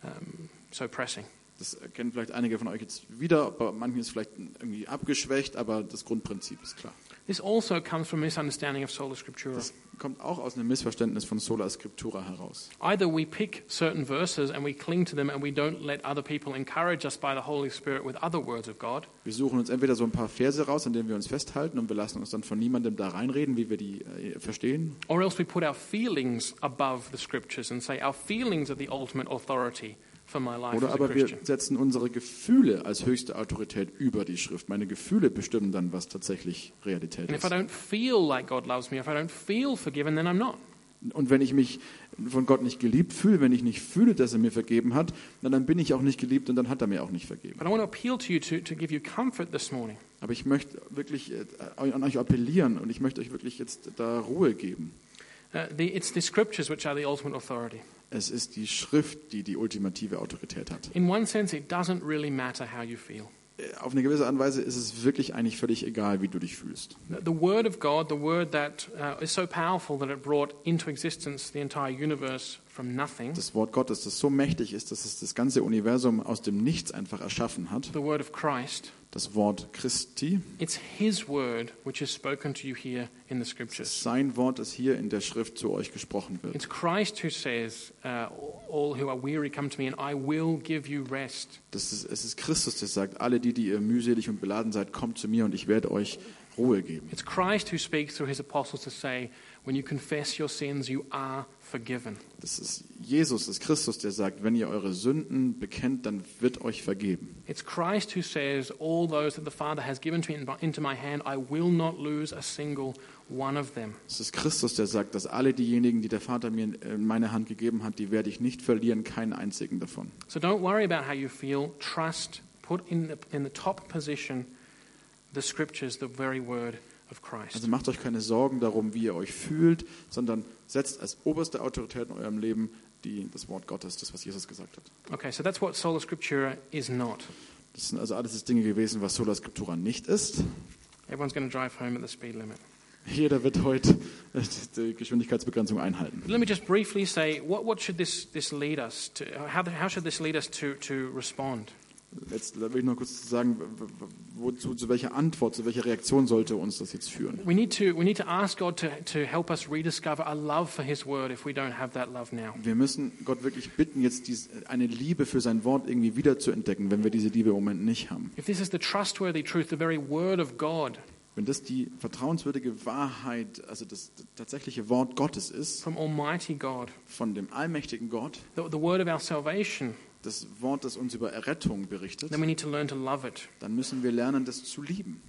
um, so pressing.
Das kennen vielleicht einige von euch jetzt wieder, aber manchen ist vielleicht irgendwie abgeschwächt, aber das Grundprinzip ist klar.
This also comes from misunderstanding of sola scriptura.
Das kommt auch aus einem Missverständnis von Sola Scriptura heraus.
Either we pick certain verses and we cling to them and we don't let other people encourage us by the Holy Spirit with other words of God,
Wir suchen uns entweder so ein paar Verse raus, an denen wir uns festhalten und wir lassen uns dann von niemandem da reinreden, wie wir die äh, verstehen.
or else we put our feelings above the scriptures and say our feelings are the ultimate authority for my life
Oder
as a
aber wir
Christian.
setzen unsere Gefühle als höchste Autorität über die Schrift. Meine Gefühle bestimmen dann, was tatsächlich Realität
And if I
ist.
don't feel like God loves me, if I don't feel forgiven, then I'm not.
Und wenn ich mich von Gott nicht geliebt fühle, wenn ich nicht fühle, dass er mir vergeben hat, na, dann bin ich auch nicht geliebt und dann hat er mir auch nicht vergeben.
But I want to appeal to you to, to give you comfort this morning.
Aber ich möchte wirklich äh, an euch appellieren und ich möchte euch wirklich jetzt da Ruhe geben.
Uh, the, it's the scriptures which are the ultimate authority.
Es ist die Schrift, die die ultimative Autorität hat.
In one sense, it doesn't really matter how you feel.
Äh, Auf eine gewisse Art und Weise ist es wirklich eigentlich völlig egal, wie du dich fühlst.
The the Word of God, the Word that uh, is so powerful that it brought into existence the entire universe from nothing,
Das Wort Gottes, das so mächtig ist, dass es das ganze Universum aus dem Nichts einfach erschaffen hat.
the Word of Christ,
Das Wort Christi,
it's His Word which is spoken to you here in the Scriptures.
sein Wort, das hier in der Schrift zu euch gesprochen wird.
It's Christ who says, uh, All who are weary come to me, and I will give you rest.
Das ist, es ist Christus, der sagt, alle die, die ihr mühselig und beladen seid, kommt zu mir und ich werde euch Ruhe geben.
It's Christ who speaks through His apostles to say, When you confess your sins, you are forgiven.
Das ist Jesus, das ist Christus, der sagt, wenn ihr eure Sünden bekennt, dann wird euch vergeben.
It's Christ who says, All those that the Father has given to me in- into my hand, I will not lose a single one of them.
Es ist Christus, der sagt, dass alle diejenigen, die der Vater mir in- in meine Hand gegeben hat, die werde ich nicht verlieren, keinen einzigen davon.
So don't worry about how you feel. Trust, put in the, in the top position the scriptures, the very word of Christ.
Also macht euch keine Sorgen darum, wie ihr euch fühlt, sondern setzt als oberste Autorität in eurem Leben die, das Wort Gottes, das, was Jesus gesagt hat.
Okay, so that's what sola scriptura is not.
Das sind also alles Dinge gewesen, was Sola Scriptura nicht ist.
Everyone's going to drive home at the speed limit.
Jeder wird heute äh, die Geschwindigkeitsbegrenzung einhalten.
But let me just briefly say what, what should this, this lead us to? How, how should this lead us to, to respond?
Jetzt will ich noch kurz sagen, wozu, zu welcher Antwort, zu welcher Reaktion sollte uns das jetzt führen.
We need to, we need to ask God to, to help us rediscover a love for His word if we don't have that love now.
Wir müssen Gott wirklich bitten, jetzt dies, eine Liebe für sein Wort irgendwie wieder zu entdecken, wenn wir diese Liebe im Moment nicht haben.
If this is the trustworthy truth, the very word of God
Wenn das die vertrauenswürdige Wahrheit, also das tatsächliche Wort Gottes ist,
from Almighty God,
von dem allmächtigen Gott,
the, the word of our salvation,
das Wort, das uns über Errettung berichtet,
then we need to learn to love it.
dann müssen wir lernen, das zu lieben.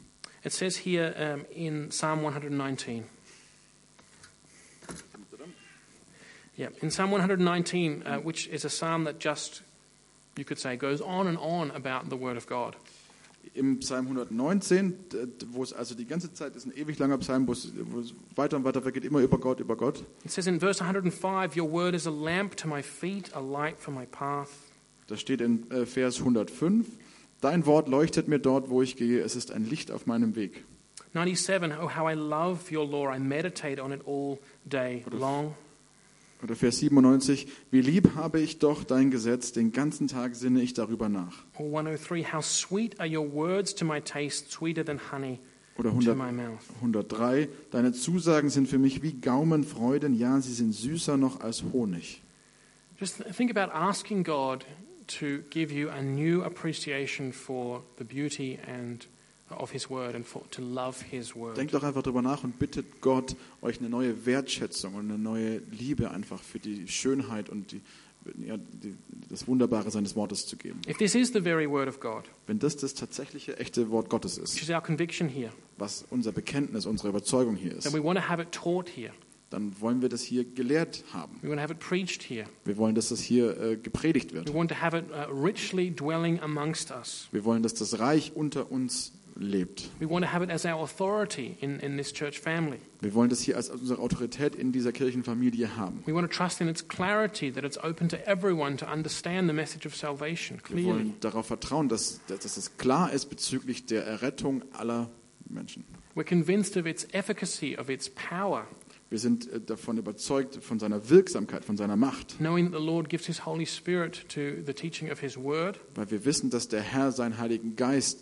It says here um, in Psalm 119. Yeah, in Psalm 119, uh, which is a psalm that just, you could say, goes on and on about the Word of God.
Im Psalm 119, d- wo es also die ganze Zeit ist, ein ewig langer Psalm, wo es, wo es weiter und weiter weggeht, immer über Gott, über Gott.
It says in verse 105, Your Word is a lamp to my feet, a light for my path.
Das steht in äh, Vers 105. Dein Wort leuchtet mir dort, wo ich gehe. Es ist ein Licht auf meinem Weg.
97, Oh, how I love your law. I meditate on it all day long.
Oder Vers 97. Wie lieb habe ich doch dein Gesetz. Den ganzen Tag sinne ich darüber nach.
Or 103, How sweet are your words to my taste, sweeter than honey
Oder
to
100,
my mouth.
103. Deine Zusagen sind für mich wie Gaumenfreuden. Ja, sie sind süßer noch als Honig.
Just th- think about asking God to give you a new appreciation for the beauty and of His Word and for, to love His Word.
Denkt doch einfach drüber nach und bittet Gott, euch eine neue Wertschätzung und eine neue Liebe einfach für die Schönheit und die, ja, die, das Wunderbare seines Wortes zu geben.
If this is the very Word of God,
Wenn das das tatsächliche, echte Wort Gottes ist.
which is our conviction here,
was unser Bekenntnis, unsere Überzeugung hier
then
ist,
we want to have it taught here.
dann wollen wir das hier gelehrt haben.
We want to have it preached here.
Wir wollen, dass das hier äh, gepredigt
We
wird.
want to have it uh, richly dwelling amongst us.
Wir wollen, dass das Reich unter uns lebt.
We want to have it as our authority in, in this church family.
Wir wollen das hier als unsere Autorität in dieser Kirchenfamilie haben.
We want to trust in its clarity, that it's open to everyone to understand the message of salvation
Wir
clearly.
wollen darauf vertrauen, dass, dass, dass es klar ist bezüglich der Errettung aller Menschen.
We're convinced of its efficacy, of its power.
Wir sind äh, davon überzeugt, von seiner Wirksamkeit, von seiner Macht,
knowing that the Lord gives His Holy Spirit to the teaching of His Word,
weil wir wissen, dass der Herr seinen Heiligen Geist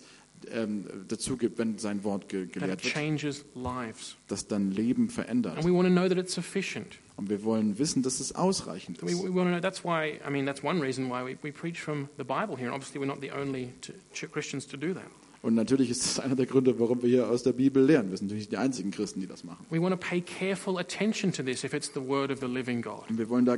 ähm, dazu gibt, wenn sein Wort ge
that
gelehrt wird,
changes lives.
dass dann Leben verändert.
And we want to know that it's sufficient.
Und wir wollen wissen, dass es ausreichend
We,
ist.
we want to know. That's why, I mean, that's one reason why we, we preach from the Bible here. And obviously, we're not the only t- ch- Christians to do that.
Und natürlich ist das einer der Gründe, warum wir hier aus der Bibel lernen. Wir sind natürlich nicht die einzigen Christen, die das machen.
We want to pay careful attention to this if it's the Word of the living God.
Und wir wollen da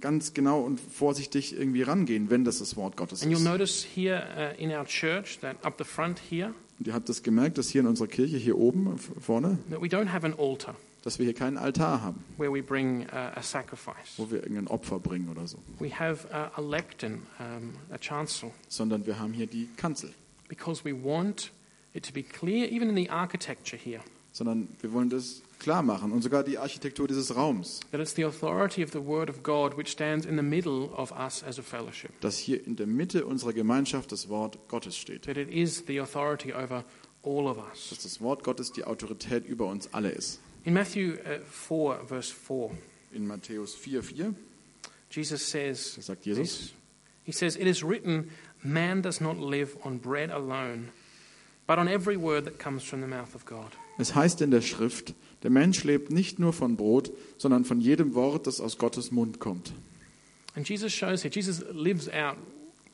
ganz genau und vorsichtig irgendwie rangehen, wenn das das Wort Gottes
And you'll
ist.
notice here uh, in our church that up the front here,
Und ihr habt das gemerkt, dass hier in unserer Kirche, hier oben f- vorne,
that we don't have an altar
dass wir hier keinen Altar haben,
where we bring uh, a sacrifice.
wo wir irgendein Opfer bringen oder so,
We have uh, a lectern, um, a chancel,
sondern wir haben hier die Kanzel.
because we want it to be clear, even in the architecture here,
Sondern wir wollen das klar machen und sogar die Architektur dieses Raums,
that it's the authority of the Word of God which stands in the middle of us as a fellowship,
dass hier in der Mitte unserer Gemeinschaft das Wort Gottes steht.
that it is the authority over all of us.
Dass das Wort Gottes die Autorität über uns alle ist.
In Matthew uh, 4, verse 4,
In Matthäus 4,4,
Jesus says,
da sagt Jesus,
this. He says, It is written, man does not live on bread alone, but on every word that comes from the mouth of God.
Es heißt in der Schrift, der Mensch lebt nicht nur von Brot, sondern von jedem Wort, das aus Gottes Mund kommt.
And Jesus shows here, Jesus lives out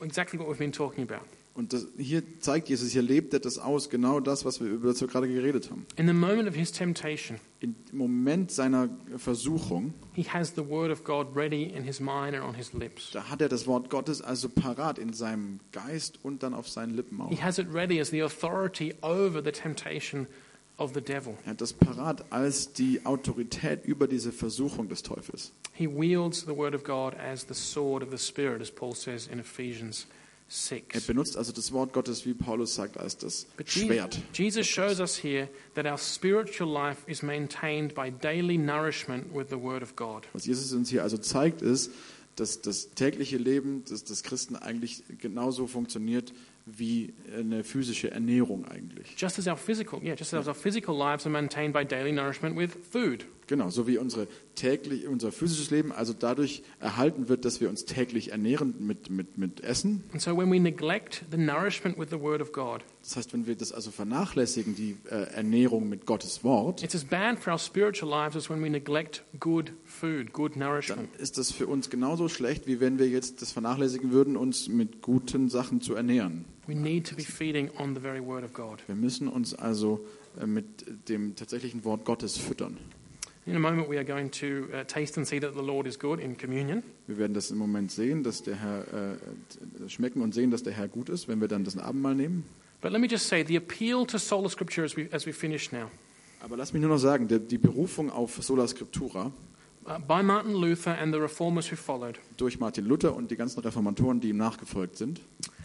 exactly what we've been talking about.
Und das, hier zeigt Jesus, hier lebt er das aus, genau das, was wir über das wir gerade geredet haben.
In the moment of his temptation,
Im Moment seiner Versuchung,
he has the word of God ready in his mind and on his lips.
da hat er das Wort Gottes also parat in seinem Geist und dann auf seinen Lippen auch.
He has it ready as the authority over the temptation of the devil.
Er hat das parat als die Autorität über diese Versuchung des Teufels.
He wields the word of God as the sword of the Spirit, as Paul says in Ephesians
Er
6.
benutzt also das Wort Gottes, wie Paulus sagt, als das
But Je-
Schwert.
Jesus shows us here that our spiritual life is maintained by daily nourishment with the Word of God.
Was Jesus uns hier also zeigt, ist, dass das tägliche Leben des, des Christen eigentlich genauso funktioniert wie eine physische Ernährung eigentlich.
Just as our physical, yeah, just as our physical lives are maintained by daily nourishment with food.
Genau, so wie unsere täglich, unser physisches Leben also dadurch erhalten wird, dass wir uns täglich ernähren mit, mit, mit Essen.
And so when we neglect the nourishment with the Word of God,
Das heißt, wenn wir das also vernachlässigen, die äh, Ernährung mit Gottes Wort,
it's as bad for our spiritual lives as when we neglect good food, good
dann
nourishment.
ist das für uns genauso schlecht, wie wenn wir jetzt das vernachlässigen würden, uns mit guten Sachen zu ernähren.
We need to be feeding on the very Word of God.
Wir müssen uns also äh, mit dem tatsächlichen Wort Gottes füttern.
In a moment, we are going to uh, taste and see that the Lord is good in communion.
Wir werden das im Moment sehen, dass der Herr äh, schmecken und sehen, dass der Herr gut ist, wenn wir dann das Abendmahl nehmen.
But let me just say the appeal to sola scripture as we, as we finish now.
Aber lass mich nur noch sagen, die, die Berufung auf Sola Scriptura
uh, by Martin Luther and the reformers who followed.
durch Martin Luther und die ganzen Reformatoren, die ihm nachgefolgt sind,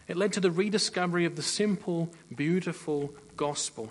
It led to the rediscovery of the simple, beautiful gospel.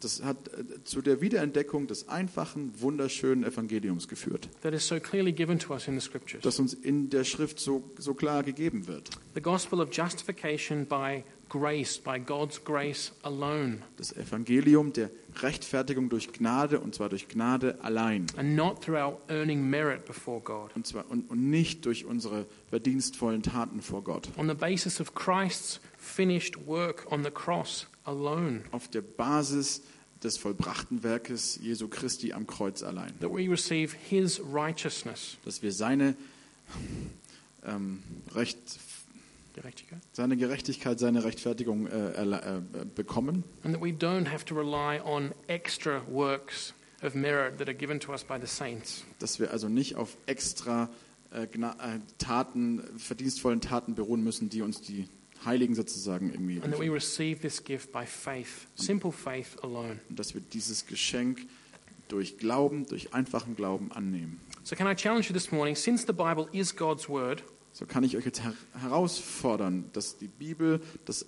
das hat äh, zu der Wiederentdeckung des einfachen, wunderschönen Evangeliums geführt,
That is so clearly given to us in the scriptures.
das uns in der Schrift so, so klar gegeben wird.
The gospel of justification by grace, by God's grace alone,
Das Evangelium der Rechtfertigung durch Gnade und zwar durch Gnade allein.
and not through our earning merit before God.
Und, zwar, und, und nicht durch unsere verdienstvollen Taten vor Gott.
On the basis of Christ's finished work on the cross alone,
auf der Basis des vollbrachten Werkes Jesu Christi am Kreuz allein.
that we receive his righteousness.
Dass wir seine, ähm, Recht,
Did I actually go?
seine Gerechtigkeit, seine Rechtfertigung äh, erla- äh, bekommen
And that we don't have to rely on extra works of merit that are given to us by the saints.
dass wir also nicht auf extra äh, Gna äh, Taten, verdienstvollen Taten beruhen müssen, die uns die Heiligen sozusagen irgendwie.
And that we receive this gift by faith, simple faith alone.
Und dass wir dieses Geschenk durch Glauben, durch einfachen Glauben annehmen.
So, can I challenge you this morning? Since the Bible is God's word,
So kann ich euch jetzt her herausfordern, dass die Bibel das äh,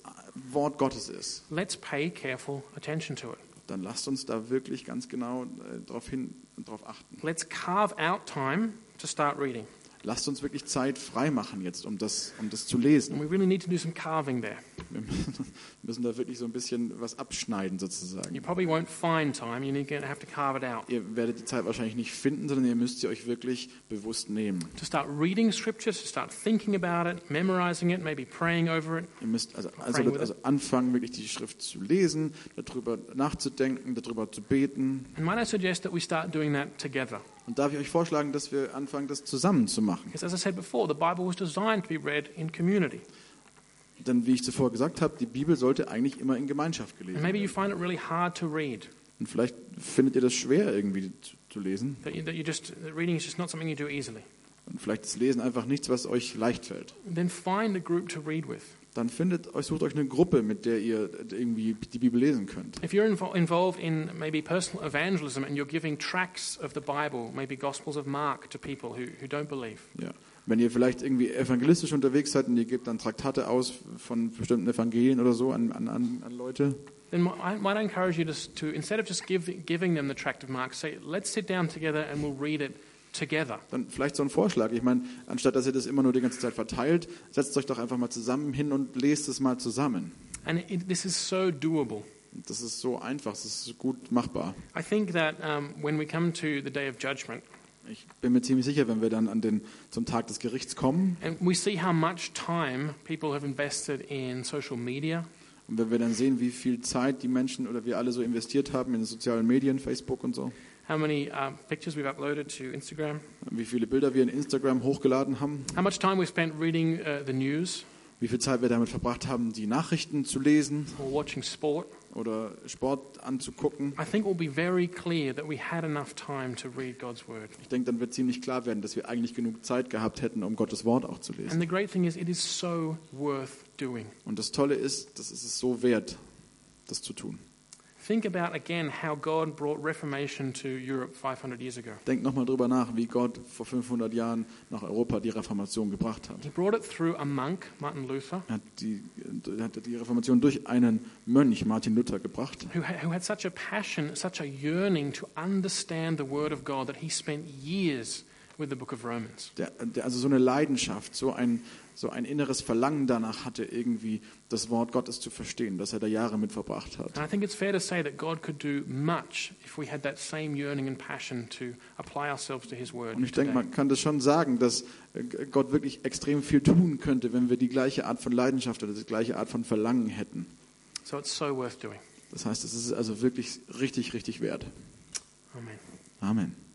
Wort Gottes ist.
let's pay careful attention to it.
dann lasst uns da wirklich ganz genau äh, darauf hin und darauf achten.
Let's carve out time to start reading.
Lasst uns wirklich Zeit freimachen jetzt, um das, um das zu
And
lesen.
we really need to do some carving there.
Wir Wir müssen da wirklich so ein bisschen was abschneiden sozusagen.
You probably won't find time. You're going to have to carve it out
Ihr werdet die Zeit wahrscheinlich nicht finden, sondern ihr müsst sie euch wirklich bewusst nehmen.
to start reading scripture, to start thinking about it, memorizing it, maybe praying over it.
Ihr müsst also, also,
Praying with
also anfangen, wirklich die Schrift zu lesen, darüber nachzudenken, darüber zu beten.
And might I suggest that we start doing that together?
Und darf ich euch vorschlagen, dass wir anfangen, das zusammen zu machen.
Because as I said before, the Bible was designed to be read in community.
Denn wie ich zuvor gesagt habe, die Bibel sollte eigentlich immer in Gemeinschaft gelesen
And maybe
werden.
you find it really hard to read,
Und vielleicht findet ihr das schwer irgendwie zu, zu lesen.
that, you, that you just, that reading is just not something you do easily.
Und vielleicht ist Lesen einfach nichts, was euch leicht fällt.
Then find a group to read with.
Dann findet euch, sucht euch eine Gruppe, mit der ihr irgendwie die Bibel lesen könnt.
If you're invo- involved in maybe personal evangelism and you're giving tracts of the Bible, maybe Gospels of Mark, to people who, who don't believe,
Ja. Wenn ihr vielleicht irgendwie evangelistisch unterwegs seid und ihr gebt dann Traktate aus von bestimmten Evangelien oder so an, an, an an Leute,
then mi- I might I encourage you to, s- to instead of just give, giving them the tract of Mark, say, let's sit down together and we'll read it together.
dann vielleicht so ein Vorschlag. Ich meine, anstatt dass ihr das immer nur die ganze Zeit verteilt, setzt euch doch einfach mal zusammen hin und lest es mal zusammen.
And it, this is so doable.
Und Das ist so einfach, das ist gut machbar.
I think that um, when we come to the day of judgment,
Ich bin mir ziemlich sicher, wenn wir dann an den, zum Tag des Gerichts kommen
and we see how much time people have invested in social media,
und wenn wir dann sehen, wie viel Zeit die Menschen oder wir alle so investiert haben in den sozialen Medien, Facebook und so,
how many uh, pictures we've uploaded to Instagram,
wie viele Bilder wir in Instagram hochgeladen haben,
how much time we've spent reading uh, the news
wie viel Zeit wir damit verbracht haben, die Nachrichten zu lesen
or watching sport,
oder Sport anzugucken.
I think we'll be very clear that we had enough time to read God's Word.
Ich denke, dann wird ziemlich klar werden, dass wir eigentlich genug Zeit gehabt hätten, um Gottes Wort auch zu lesen.
And the great thing is, it is so worth doing.
Und das Tolle ist, das ist es so wert, das zu tun.
Think about again how God brought Reformation to Europe 500 years ago.
Denkt nochmal drüber nach, wie Gott vor 500 Jahren nach Europa die Reformation gebracht hat.
He brought it through a monk, Martin Luther,
hat die, hat die Reformation durch einen Mönch, Martin Luther, gebracht,
who had, who had such a passion, such a yearning to understand the Word of God that he spent years with the book of Romans.
der, der also so eine Leidenschaft, so ein, so ein inneres Verlangen danach hatte, irgendwie das Wort Gottes zu verstehen, dass er da Jahre mit verbracht hat.
And I think it's fair to say that God could do much if we had that same yearning and passion to apply ourselves to His Word.
Und ich
today.
denke, man kann das schon sagen, dass äh, Gott wirklich extrem viel tun könnte, wenn wir die gleiche Art von Leidenschaft oder die gleiche Art von Verlangen hätten.
So it's so worth doing.
Das heißt, es ist also wirklich richtig, richtig wert.
Amen.
Amen.